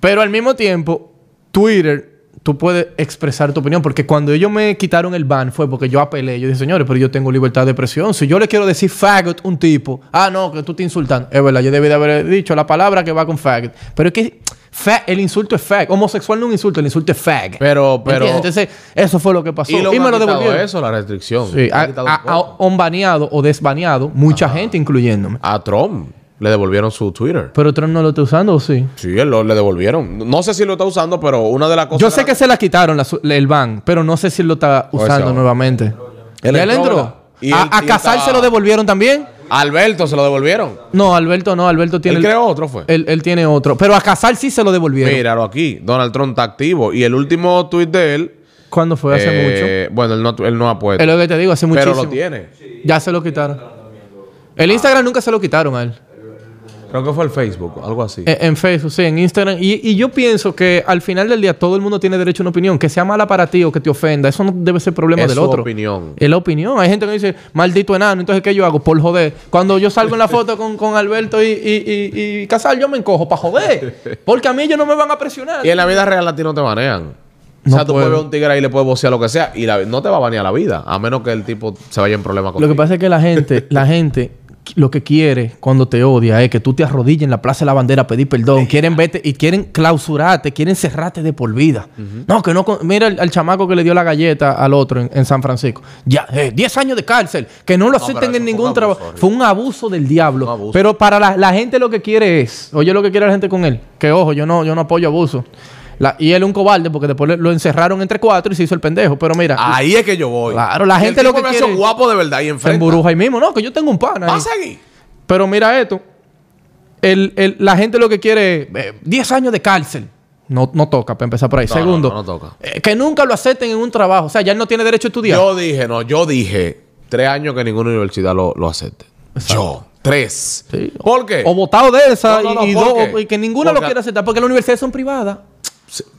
[SPEAKER 1] Pero al mismo tiempo, Twitter, tú puedes expresar tu opinión. Porque cuando ellos me quitaron el ban fue porque yo apelé. Yo dije, señores, pero yo tengo libertad de expresión. Si yo le quiero decir faggot a un tipo, ah, no, que tú te insultan. Es verdad, yo debí de haber dicho la palabra que va con faggot. Pero es que fa- el insulto es fag. Homosexual no es un insulto, el insulto es fag.
[SPEAKER 3] Pero- pero-
[SPEAKER 1] ¿Entiendes? Entonces, eso fue lo que pasó. Y,
[SPEAKER 3] Elon
[SPEAKER 1] me
[SPEAKER 3] ha
[SPEAKER 1] lo
[SPEAKER 3] quitado
[SPEAKER 1] devolvieron.
[SPEAKER 3] eso, la restricción.
[SPEAKER 1] Sí,
[SPEAKER 3] Ha
[SPEAKER 1] ha,
[SPEAKER 3] quitado
[SPEAKER 1] ha-
[SPEAKER 3] un
[SPEAKER 1] ha
[SPEAKER 3] poco.
[SPEAKER 1] onbaneado o desbaneado mucha gente, incluyéndome.
[SPEAKER 3] a Trump. Le devolvieron su Twitter.
[SPEAKER 1] Pero Trump no lo está usando, ¿o sí?
[SPEAKER 3] Sí, él lo, le devolvieron. No sé si lo está usando, pero una de las cosas.
[SPEAKER 1] Yo sé que se la quitaron la su- el ban, pero no sé si lo está usando
[SPEAKER 3] ahora.
[SPEAKER 1] nuevamente.
[SPEAKER 3] Él
[SPEAKER 1] ¿Ya él
[SPEAKER 3] entró,
[SPEAKER 1] entró?
[SPEAKER 3] ¿verdad? Y él-
[SPEAKER 1] ¿A, a
[SPEAKER 3] y él
[SPEAKER 1] Casal
[SPEAKER 3] estaba-
[SPEAKER 1] se lo devolvieron también?
[SPEAKER 3] Alberto se lo devolvieron.
[SPEAKER 1] No, Alberto no. Alberto tiene...
[SPEAKER 3] Él
[SPEAKER 1] el-
[SPEAKER 3] creó otro, fue.
[SPEAKER 1] Él, él tiene otro. Pero a Casal sí se lo devolvieron.
[SPEAKER 3] Míralo aquí. Donald Trump está activo. Y el último tweet de él.
[SPEAKER 1] ¿Cuándo fue? Hace mucho.
[SPEAKER 3] eh, Bueno, él no, él no ha puesto.
[SPEAKER 1] Es lo que te digo, hace
[SPEAKER 3] pero
[SPEAKER 1] muchísimo.
[SPEAKER 3] lo tiene.
[SPEAKER 1] Ya se lo quitaron. El Instagram nunca se lo quitaron a él.
[SPEAKER 3] Creo que fue el Facebook, algo así.
[SPEAKER 1] E- En Facebook, sí, en Instagram. Y, y yo pienso que al final del día todo el mundo tiene derecho a una opinión. Que sea mala para ti o que te ofenda, eso no debe ser problema
[SPEAKER 3] Es
[SPEAKER 1] del
[SPEAKER 3] su
[SPEAKER 1] otro.
[SPEAKER 3] opinión.
[SPEAKER 1] Es la opinión. Hay gente que dice, maldito enano, entonces ¿qué yo hago? Por joder. Cuando yo salgo en la foto con, con Alberto y, y, y- y Casal, yo me encojo para joder. Porque a mí ellos no me van a presionar.
[SPEAKER 3] Y en la vida real a ti no te banean.
[SPEAKER 1] No
[SPEAKER 3] o sea, tú
[SPEAKER 1] puedo.
[SPEAKER 3] puedes ver a un tigre ahí y le puedes vocear lo que sea y la- no te va a banear la vida, a menos que el tipo se vaya en problemas con
[SPEAKER 1] Lo que pasa es que la gente, la gente qui- lo que quiere cuando te odia es que tú te arrodilles en la Plaza de la Bandera a pedir perdón. Quieren verte y quieren clausurarte, quieren cerrarte de por vida. No, que no... con- Mira al, al chamaco que le dio la galleta al otro en, en San Francisco. Ya, eh, 10 años de cárcel. Que no lo
[SPEAKER 3] pero
[SPEAKER 1] acepten
[SPEAKER 3] eso
[SPEAKER 1] en
[SPEAKER 3] fue un
[SPEAKER 1] ningún
[SPEAKER 3] abuso,
[SPEAKER 1] trabajo.
[SPEAKER 3] horrible.
[SPEAKER 1] Fue un abuso del diablo.
[SPEAKER 3] Un abuso.
[SPEAKER 1] Pero para la, la gente lo que quiere es... Oye lo que quiere la gente con él. Que ojo, yo no, yo no apoyo abuso. La- y él un cobarde porque después le- lo encerraron entre cuatro y se hizo el pendejo. Pero mira...
[SPEAKER 3] Ahí es que yo voy.
[SPEAKER 1] Claro, la
[SPEAKER 3] Y el
[SPEAKER 1] gente lo
[SPEAKER 3] tipo
[SPEAKER 1] que
[SPEAKER 3] me
[SPEAKER 1] quiere-
[SPEAKER 3] hace guapo de verdad y
[SPEAKER 1] Se
[SPEAKER 3] enfrente.
[SPEAKER 1] emburuja ahí mismo. No, que yo tengo un pana. ahí.
[SPEAKER 3] Pasa aquí.
[SPEAKER 1] Pero mira esto. El, el- la gente lo que quiere es eh, 10 años de cárcel. No, no toca, para empezar por ahí.
[SPEAKER 3] No,
[SPEAKER 1] Segundo,
[SPEAKER 3] no, no, no toca.
[SPEAKER 1] eh, que nunca lo acepten en un trabajo. O sea, ya él no tiene derecho a estudiar.
[SPEAKER 3] Yo dije, no, yo dije tres años que ninguna universidad lo, lo acepte. Yo, tres.
[SPEAKER 1] Sí.
[SPEAKER 3] ¿Por qué?
[SPEAKER 1] O votado de esa
[SPEAKER 3] No, no, no,
[SPEAKER 1] y, y
[SPEAKER 3] ¿por
[SPEAKER 1] dos-
[SPEAKER 3] qué?
[SPEAKER 1] y que ninguna
[SPEAKER 3] Porque-
[SPEAKER 1] lo quiera aceptar porque las universidades son privadas.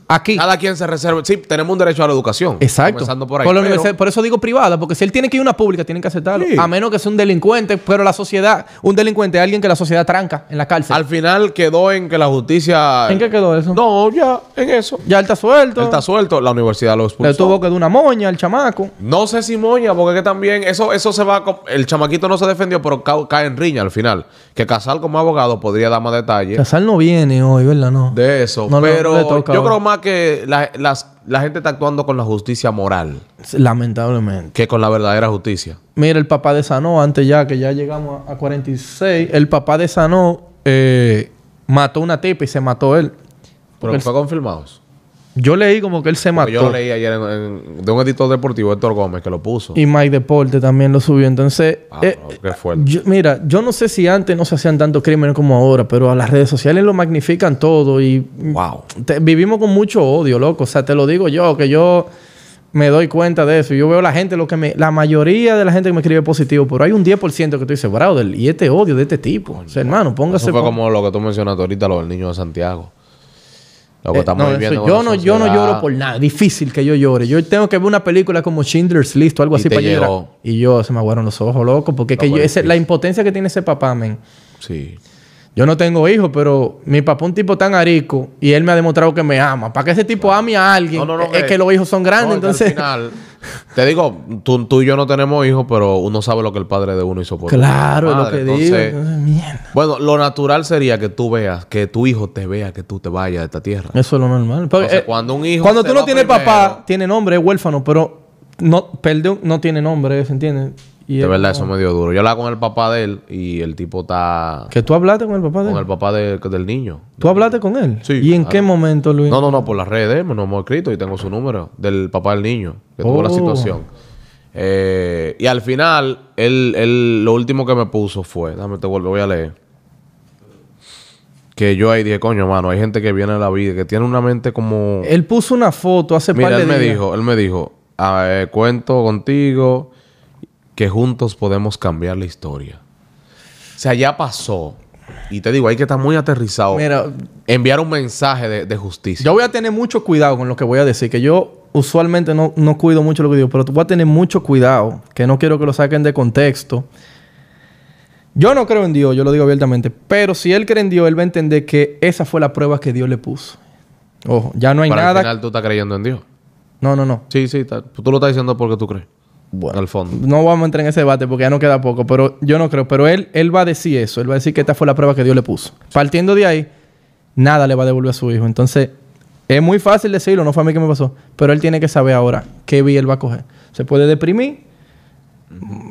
[SPEAKER 1] Aquí.
[SPEAKER 3] Cada quien se reserva. Sí, tenemos un derecho a la educación.
[SPEAKER 1] Exacto.
[SPEAKER 3] Comenzando por ahí.
[SPEAKER 1] la
[SPEAKER 3] pero-
[SPEAKER 1] universidad- por eso digo privada, porque si él tiene que ir a una pública, tienen que aceptarlo.
[SPEAKER 3] Sí.
[SPEAKER 1] A menos que sea un delincuente, pero la sociedad, un delincuente es alguien que la sociedad tranca en la cárcel.
[SPEAKER 3] Al final quedó en que la justicia.
[SPEAKER 1] ¿En qué quedó eso?
[SPEAKER 3] No, ya, en eso.
[SPEAKER 1] Ya él está suelto.
[SPEAKER 3] Él está suelto, la universidad lo expulsó.
[SPEAKER 1] Le tuvo que dar una moña al chamaco.
[SPEAKER 3] No sé si moña, porque que también eso, eso se va. co- El chamaquito no se defendió, pero ca- cae en riña al final. Que Casal como abogado podría dar más detalles
[SPEAKER 1] Casal no viene hoy, ¿verdad? No.
[SPEAKER 3] de eso.
[SPEAKER 1] No, no,
[SPEAKER 3] pero
[SPEAKER 1] no le toca
[SPEAKER 3] yo
[SPEAKER 1] ahora.
[SPEAKER 3] creo más que la, las- la gente está actuando con la justicia moral
[SPEAKER 1] Lamentablemente.
[SPEAKER 3] que con la verdadera justicia.
[SPEAKER 1] Mira, el papá de Sanó, antes ya que ya llegamos a a 46, el papá de Sanó eh, mató una tipa y se mató él.
[SPEAKER 3] Pero
[SPEAKER 1] Porque
[SPEAKER 3] fue
[SPEAKER 1] él-
[SPEAKER 3] confirmado.
[SPEAKER 1] yo leí como que él se mató.
[SPEAKER 3] Yo lo leí ayer en- en- de un editor deportivo, Héctor Gómez, que lo puso.
[SPEAKER 1] Y Mike Deporte también lo subió. Entonces,
[SPEAKER 3] Ah,
[SPEAKER 1] eh,
[SPEAKER 3] no, qué fuerte.
[SPEAKER 1] yo- mira, yo no sé si antes no se hacían tantos crímenes como ahora, pero a las redes sociales lo magnifican todo y
[SPEAKER 3] Wow.
[SPEAKER 1] te- vivimos con mucho odio, loco. O sea, te lo digo yo, que yo me doy cuenta de eso. Yo veo la gente, lo que me, la mayoría de la gente que me escribe positivo, pero hay un 10% que tú dices, brother, y este odio de este tipo. O sea, hermano, póngase.
[SPEAKER 3] Eso fue
[SPEAKER 1] con-
[SPEAKER 3] como lo que tú mencionaste ahorita, lo del niño de Santiago. Lo que
[SPEAKER 1] Eh,
[SPEAKER 3] estamos
[SPEAKER 1] no, eso-
[SPEAKER 3] viviendo.
[SPEAKER 1] yo,
[SPEAKER 3] en
[SPEAKER 1] no,
[SPEAKER 3] una
[SPEAKER 1] yo no
[SPEAKER 3] sociedad.
[SPEAKER 1] lloro por nada. Difícil que yo llore. Yo tengo que ver una película como Schindler's List o algo
[SPEAKER 3] Y
[SPEAKER 1] así
[SPEAKER 3] te
[SPEAKER 1] para yo llorar.
[SPEAKER 3] llegó.
[SPEAKER 1] Y yo se me aguaron los ojos, loco. Porque es que
[SPEAKER 3] Loco,
[SPEAKER 1] yo- ese-
[SPEAKER 3] difícil.
[SPEAKER 1] la impotencia que tiene ese papá, men.
[SPEAKER 3] Sí.
[SPEAKER 1] Yo no tengo hijos, pero mi papá es un tipo tan arico y él me ha demostrado que me ama. Para que ese tipo ame a alguien, es que, los hijos son grandes,
[SPEAKER 3] eh, no, que
[SPEAKER 1] entonces.
[SPEAKER 3] Al final, te digo, tú, tú y yo no tenemos hijos, pero uno sabe lo que el padre de uno hizo por
[SPEAKER 1] Claro, es
[SPEAKER 3] uno.
[SPEAKER 1] lo que digo.
[SPEAKER 3] Entonces,
[SPEAKER 1] Entonces, mierda.
[SPEAKER 3] Bueno, lo natural sería que tú veas, que tu hijo te vea, que tú te vayas de esta tierra.
[SPEAKER 1] Eso es lo normal. Pero, eh,
[SPEAKER 3] Entonces, cuando un hijo
[SPEAKER 1] cuando
[SPEAKER 3] se
[SPEAKER 1] tú no
[SPEAKER 3] va
[SPEAKER 1] tienes
[SPEAKER 3] primero-
[SPEAKER 1] papá, tiene nombre, es huérfano, pero no, perdón, no tiene nombre, ¿se entiende? Y
[SPEAKER 3] De
[SPEAKER 1] es
[SPEAKER 3] verdad, eso
[SPEAKER 1] como-
[SPEAKER 3] me dio duro. Yo hablaba con el papá de él y el tipo está
[SPEAKER 1] Que tú hablaste con el papá de
[SPEAKER 3] con el
[SPEAKER 1] él.
[SPEAKER 3] papá de- del niño.
[SPEAKER 1] ¿Tú hablaste con él?
[SPEAKER 3] Sí,
[SPEAKER 1] ¿Y en
[SPEAKER 3] claro.
[SPEAKER 1] qué momento, Luis?
[SPEAKER 3] No, no, no, por las redes, nos hemos escrito y tengo su número del papá del niño, que tuvo la
[SPEAKER 1] Oh.
[SPEAKER 3] situación. Eh, y al final, él, él, lo último que me puso fue, dame, te vuelvo, voy a leer. Que yo ahí dije, coño, mano, hay gente que viene a la vida, que tiene una mente como...
[SPEAKER 1] Él puso una foto hace
[SPEAKER 3] Mira,
[SPEAKER 1] par de
[SPEAKER 3] él me
[SPEAKER 1] días.
[SPEAKER 3] dijo, él me dijo, "Ah, eh, cuento contigo que juntos podemos cambiar la historia. O sea, ya pasó. Y te digo, hay que estar muy aterrizado.
[SPEAKER 1] Mira,
[SPEAKER 3] Enviar un mensaje de, de justicia.
[SPEAKER 1] Yo voy a tener mucho cuidado con lo que voy a decir, que yo usualmente no, no cuido mucho lo que digo, pero voy a tener mucho cuidado, que no quiero que lo saquen de contexto. Yo no creo en Dios, yo lo digo abiertamente, pero si él cree en Dios, él va a entender que esa fue la prueba que Dios le puso. Ojo, ya no hay
[SPEAKER 3] Pero
[SPEAKER 1] nada.
[SPEAKER 3] al final tú estás creyendo en Dios.
[SPEAKER 1] No, no, no.
[SPEAKER 3] Sí, sí, está- tú lo estás diciendo porque tú crees. Bueno. Al fondo.
[SPEAKER 1] No vamos a entrar en ese debate porque ya no queda poco, pero yo no creo. Pero él, él va a decir eso, él va a decir que esta fue la prueba que Dios le puso. Partiendo de ahí, nada le va a devolver a su hijo. Entonces, es muy fácil decirlo, no fue a mí que me pasó, pero él tiene que saber ahora qué vía él va a coger. Se puede deprimir,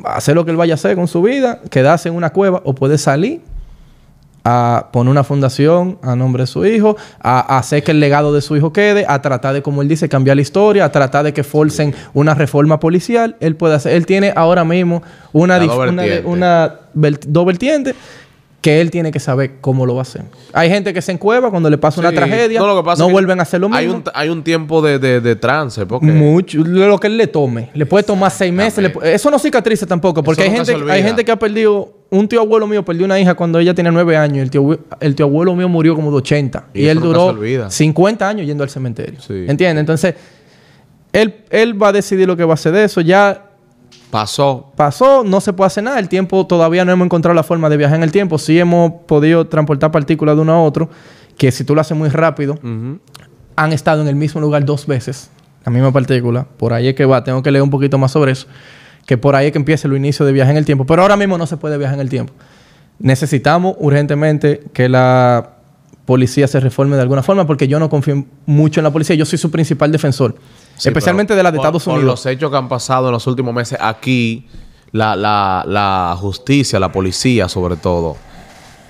[SPEAKER 1] hacer lo que él vaya a hacer con su vida, quedarse en una cueva o puede salir a poner una fundación a nombre de su hijo, a, a hacer que el legado de su hijo quede, a tratar de, como él dice, cambiar la historia, a tratar de que forcen una reforma policial. Él puede hacer, él tiene ahora mismo una,
[SPEAKER 3] Las
[SPEAKER 1] dif-
[SPEAKER 3] dos
[SPEAKER 1] una,
[SPEAKER 3] vertientes.
[SPEAKER 1] una vert- dos vertientes que él tiene que saber cómo lo va a hacer. Hay gente que se encueva cuando le pasa una
[SPEAKER 3] Sí.
[SPEAKER 1] tragedia, no,
[SPEAKER 3] lo que pasa es que
[SPEAKER 1] vuelven a hacer lo mismo.
[SPEAKER 3] Hay un, hay un tiempo de, de- de trance, porque.
[SPEAKER 1] Mucho, lo que él le tome. Le puede tomar seis meses. le pu- eso no cicatriza tampoco, porque
[SPEAKER 3] Eso
[SPEAKER 1] hay
[SPEAKER 3] nunca
[SPEAKER 1] gente,
[SPEAKER 3] se olvida.
[SPEAKER 1] hay gente que ha perdido. Un tío abuelo mío perdió una hija cuando ella tenía nueve años. y El tío, abue- el tío abuelo mío murió como de 80. Y,
[SPEAKER 3] Y eso
[SPEAKER 1] él
[SPEAKER 3] nunca se
[SPEAKER 1] duró
[SPEAKER 3] olvida.
[SPEAKER 1] 50 años yendo al cementerio.
[SPEAKER 3] Sí.
[SPEAKER 1] ¿Entiendes? Entonces, él, él va a decidir lo que va a hacer de eso. Ya
[SPEAKER 3] pasó.
[SPEAKER 1] pasó, no se puede hacer nada. El tiempo todavía no hemos encontrado la forma de viajar en el tiempo. Sí hemos podido transportar partículas de uno a otro, que si tú lo haces muy rápido, han estado en el mismo lugar dos veces, la misma partícula. Por ahí es que va, tengo que leer un poquito más sobre eso, que por ahí es que empieza el inicio de viaje en el tiempo. Pero ahora mismo no se puede viajar en el tiempo. Necesitamos urgentemente que la policía se reforme de alguna forma, porque yo no confío mucho en la policía. Yo soy su principal defensor,
[SPEAKER 3] Sí,
[SPEAKER 1] especialmente
[SPEAKER 3] pero
[SPEAKER 1] de la de
[SPEAKER 3] por-
[SPEAKER 1] Estados
[SPEAKER 3] por
[SPEAKER 1] Unidos.
[SPEAKER 3] los hechos que han pasado en los últimos meses aquí, la, la- la justicia, la policía, sobre todo,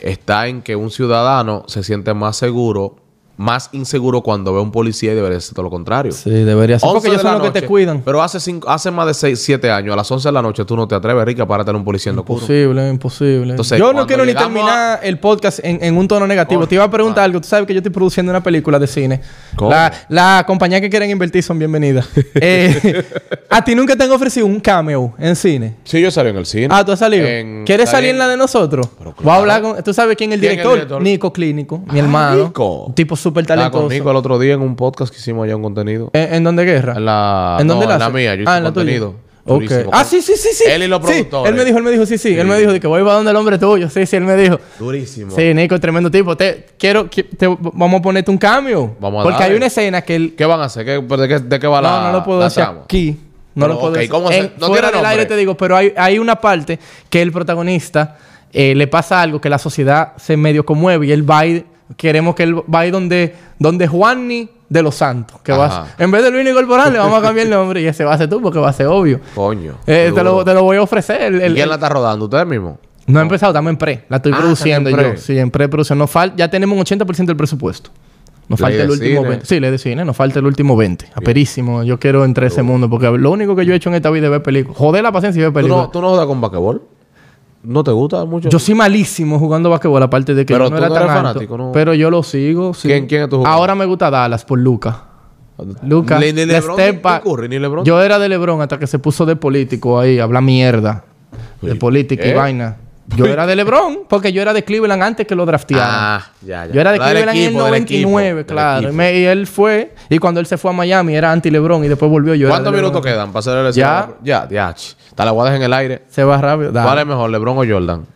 [SPEAKER 3] está en que un ciudadano se siente más seguro, más inseguro cuando ve a un policía y debería ser todo lo contrario.
[SPEAKER 1] Sí, debería ser.
[SPEAKER 3] 11
[SPEAKER 1] Porque ellos
[SPEAKER 3] de
[SPEAKER 1] son
[SPEAKER 3] la
[SPEAKER 1] los que te
[SPEAKER 3] noche.
[SPEAKER 1] cuidan.
[SPEAKER 3] Pero hace, cinco, hace más de 6, 7 años, a las 11 de la noche, tú no te atreves, Rica, para tener un policía en locura.
[SPEAKER 1] Imposible, imposible.
[SPEAKER 3] Entonces,
[SPEAKER 1] yo
[SPEAKER 3] cuando
[SPEAKER 1] no quiero ni
[SPEAKER 3] llegamos
[SPEAKER 1] terminar el podcast en, en un tono negativo.
[SPEAKER 3] Por-
[SPEAKER 1] Te iba a preguntar
[SPEAKER 3] Ah.
[SPEAKER 1] algo. Tú sabes que yo estoy produciendo una película de cine.
[SPEAKER 3] ¿Cómo?
[SPEAKER 1] La, la compañía que quieren invertir son bienvenidas. Eh, a ti nunca te han ofrecido un cameo en cine.
[SPEAKER 3] Sí, yo salí en el cine.
[SPEAKER 1] Ah, tú has salido.
[SPEAKER 3] En-
[SPEAKER 1] ¿Quieres
[SPEAKER 3] salí
[SPEAKER 1] salir en la de nosotros?
[SPEAKER 3] Pero claro.
[SPEAKER 1] Voy a hablar con. ¿Tú sabes quién es el
[SPEAKER 3] ¿Quién es el
[SPEAKER 1] director?
[SPEAKER 3] director?
[SPEAKER 1] Nico Clínico, mi
[SPEAKER 3] Ah,
[SPEAKER 1] hermano.
[SPEAKER 3] Nico.
[SPEAKER 1] Un tipo súper
[SPEAKER 3] Estaba con
[SPEAKER 1] talentoso.
[SPEAKER 3] Nico Ah, el otro día en un podcast que hicimos allá un contenido.
[SPEAKER 1] ¿En, en dónde guerra?
[SPEAKER 3] En la,
[SPEAKER 1] ¿En
[SPEAKER 3] no,
[SPEAKER 1] dónde
[SPEAKER 3] en
[SPEAKER 1] la
[SPEAKER 3] la
[SPEAKER 1] hace?
[SPEAKER 3] mía, yo hice
[SPEAKER 1] Ah, en la tuya.
[SPEAKER 3] contenido.
[SPEAKER 1] Ok.
[SPEAKER 3] Durísimo.
[SPEAKER 1] Ah, sí, sí, sí, sí.
[SPEAKER 3] Él y los
[SPEAKER 1] Sí,
[SPEAKER 3] productores.
[SPEAKER 1] Él me dijo, él me dijo, sí, sí. Él me dijo de que voy para donde el hombre tuyo. Sí, sí, él me dijo.
[SPEAKER 3] Durísimo.
[SPEAKER 1] Sí, Nico, tremendo tipo. Te quiero, qui- te- vamos a ponerte un cambio.
[SPEAKER 3] Vamos a
[SPEAKER 1] Porque
[SPEAKER 3] darle.
[SPEAKER 1] hay una escena que él.
[SPEAKER 3] ¿Qué van a hacer? ¿Qué- ¿De qué, de qué va la
[SPEAKER 1] no, no lo puedo
[SPEAKER 3] la
[SPEAKER 1] decir
[SPEAKER 3] trama?
[SPEAKER 1] aquí. No
[SPEAKER 3] Pero,
[SPEAKER 1] lo puedo
[SPEAKER 3] ok,
[SPEAKER 1] decir.
[SPEAKER 3] ¿cómo se-
[SPEAKER 1] En- fuera
[SPEAKER 3] no tiene
[SPEAKER 1] del
[SPEAKER 3] nombre?
[SPEAKER 1] aire te digo, pero hay, hay una parte que el protagonista eh, le pasa algo que la sociedad se medio conmueve y él va y queremos que él va a ir donde, donde Juanny de los Santos. Que va a-
[SPEAKER 3] Ajá.
[SPEAKER 1] en vez de Luis Corporal le vamos a cambiar el nombre y ese va a ser tú porque va a ser obvio.
[SPEAKER 3] Coño.
[SPEAKER 1] Eh,
[SPEAKER 3] duro.
[SPEAKER 1] te, lo, te lo voy a ofrecer. El-
[SPEAKER 3] ¿Y
[SPEAKER 1] el-
[SPEAKER 3] ¿Quién la está rodando? ¿Ustedes mismos?
[SPEAKER 1] no he empezado, estamos en pre. La estoy
[SPEAKER 3] Ah,
[SPEAKER 1] produciendo
[SPEAKER 3] están en
[SPEAKER 1] yo.
[SPEAKER 3] pre.
[SPEAKER 1] Sí, en pre-producción. Nos fal- ya tenemos un 80% del presupuesto. Nos
[SPEAKER 3] Ley
[SPEAKER 1] falta el
[SPEAKER 3] de
[SPEAKER 1] último
[SPEAKER 3] cine.
[SPEAKER 1] 20. Sí, le de cine. Nos falta el último 20. Aperísimo. Yo quiero entrar a ese mundo porque lo único que yo he hecho en esta vida es ver películas. Joder la paciencia y ver
[SPEAKER 3] ¿Tú
[SPEAKER 1] películas.
[SPEAKER 3] no, ¿Tú no juegas con basquetbol? ¿No te gusta mucho?
[SPEAKER 1] Yo soy malísimo jugando basquetbol, aparte de que
[SPEAKER 3] Pero
[SPEAKER 1] yo no
[SPEAKER 3] tú
[SPEAKER 1] era
[SPEAKER 3] no
[SPEAKER 1] tan
[SPEAKER 3] eres
[SPEAKER 1] alto.
[SPEAKER 3] fanático, ¿no?
[SPEAKER 1] Pero yo lo sigo. sí.
[SPEAKER 3] ¿Quién- quién es tu jugador?
[SPEAKER 1] Ahora me gusta Dallas por Luca. Luca,
[SPEAKER 3] Ni, ni
[SPEAKER 1] de
[SPEAKER 3] LeBron,
[SPEAKER 1] step
[SPEAKER 3] ni- ni
[SPEAKER 1] back.
[SPEAKER 3] Curry, ni LeBron.
[SPEAKER 1] Yo era de Lebron hasta que se puso de político ahí, habla mierda. De
[SPEAKER 3] Oye,
[SPEAKER 1] política y
[SPEAKER 3] ¿eh?
[SPEAKER 1] vaina. Yo era de Lebron porque yo era de Cleveland antes que lo draftearan.
[SPEAKER 3] Ah, ya, ya.
[SPEAKER 1] Yo era de
[SPEAKER 3] Era del
[SPEAKER 1] Cleveland en el
[SPEAKER 3] equipo, del
[SPEAKER 1] 99,
[SPEAKER 3] equipo, del
[SPEAKER 1] claro. Y,
[SPEAKER 3] equipo.
[SPEAKER 1] me- y él fue, y cuando él se fue a Miami era anti-Lebron y después volvió yo. era
[SPEAKER 3] ¿Cuántos
[SPEAKER 1] de LeBron.
[SPEAKER 3] minutos quedan para hacer el
[SPEAKER 1] Ya.
[SPEAKER 3] Ya, ya. ch. Te la guardas en el aire.
[SPEAKER 1] Se va rápido. Dale.
[SPEAKER 3] ¿Cuál es mejor, LeBron o Jordan?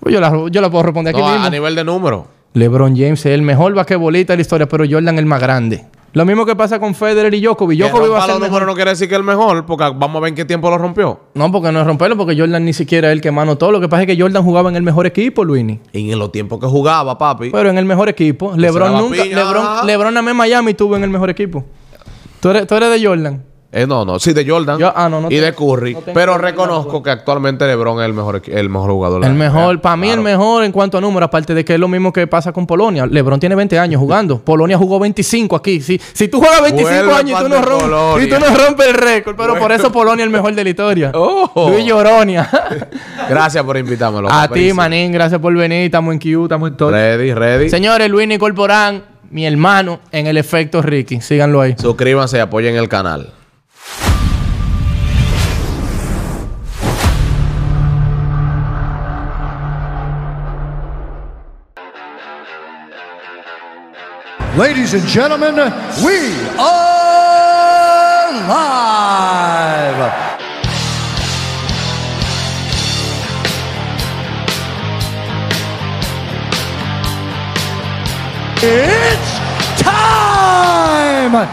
[SPEAKER 1] Pues yo, la, yo la puedo responder aquí
[SPEAKER 3] No, a,
[SPEAKER 1] mismo.
[SPEAKER 3] a nivel de número.
[SPEAKER 1] LeBron James es el mejor basquetbolista de la historia, pero Jordan el más grande. Lo mismo que pasa con Federer y Djokovic.
[SPEAKER 3] Yo
[SPEAKER 1] Djokovic
[SPEAKER 3] rompa
[SPEAKER 1] va a ser
[SPEAKER 3] los
[SPEAKER 1] el
[SPEAKER 3] números
[SPEAKER 1] mejor.
[SPEAKER 3] no quiere decir que el mejor, porque vamos a ver en qué tiempo lo rompió.
[SPEAKER 1] No, porque no es romperlo, porque Jordan ni siquiera es el que mano todo. Lo que pasa es que Jordan jugaba en el mejor equipo, Luini.
[SPEAKER 3] Y en los tiempos que jugaba, papi.
[SPEAKER 1] Pero en el mejor equipo. LeBron
[SPEAKER 3] daba
[SPEAKER 1] nunca.
[SPEAKER 3] piña.
[SPEAKER 1] LeBron, LeBron a Miami tuvo en el mejor equipo. Tú eres, tú eres de Jordan.
[SPEAKER 3] Eh, no, no, sí, de Jordan
[SPEAKER 1] Yo- ah, no, no
[SPEAKER 3] y
[SPEAKER 1] tengo-
[SPEAKER 3] de Curry.
[SPEAKER 1] no tengo
[SPEAKER 3] pero
[SPEAKER 1] Jordan,
[SPEAKER 3] reconozco que actualmente LeBron es el mejor, equi- el mejor jugador. de
[SPEAKER 1] El
[SPEAKER 3] la
[SPEAKER 1] mejor,
[SPEAKER 3] NBA.
[SPEAKER 1] para mí el
[SPEAKER 3] Claro.
[SPEAKER 1] mejor en cuanto a número, aparte de que es lo mismo que pasa con Polonia. LeBron tiene 20 años jugando. Polonia jugó 25 aquí. Si, si tú juegas 25
[SPEAKER 3] Vuelve
[SPEAKER 1] años y tú,
[SPEAKER 3] pa'l de
[SPEAKER 1] no rompes, y
[SPEAKER 3] Polonia.
[SPEAKER 1] tú no rompes el récord, pero por eso Polonia es el mejor de la historia.
[SPEAKER 3] Ojo.
[SPEAKER 1] Luis Lloronia.
[SPEAKER 3] Gracias por invitarme. loco.
[SPEAKER 1] a ti,
[SPEAKER 3] Feliz.
[SPEAKER 1] manín, gracias por venir. Estamos en Q, estamos en todo.
[SPEAKER 3] Ready, ready.
[SPEAKER 1] Señores, Luis Nicol Porán, mi hermano en el efecto Ricky. Síganlo ahí.
[SPEAKER 3] Suscríbanse y apoyen el canal.
[SPEAKER 2] Ladies and gentlemen, we are live. It's time!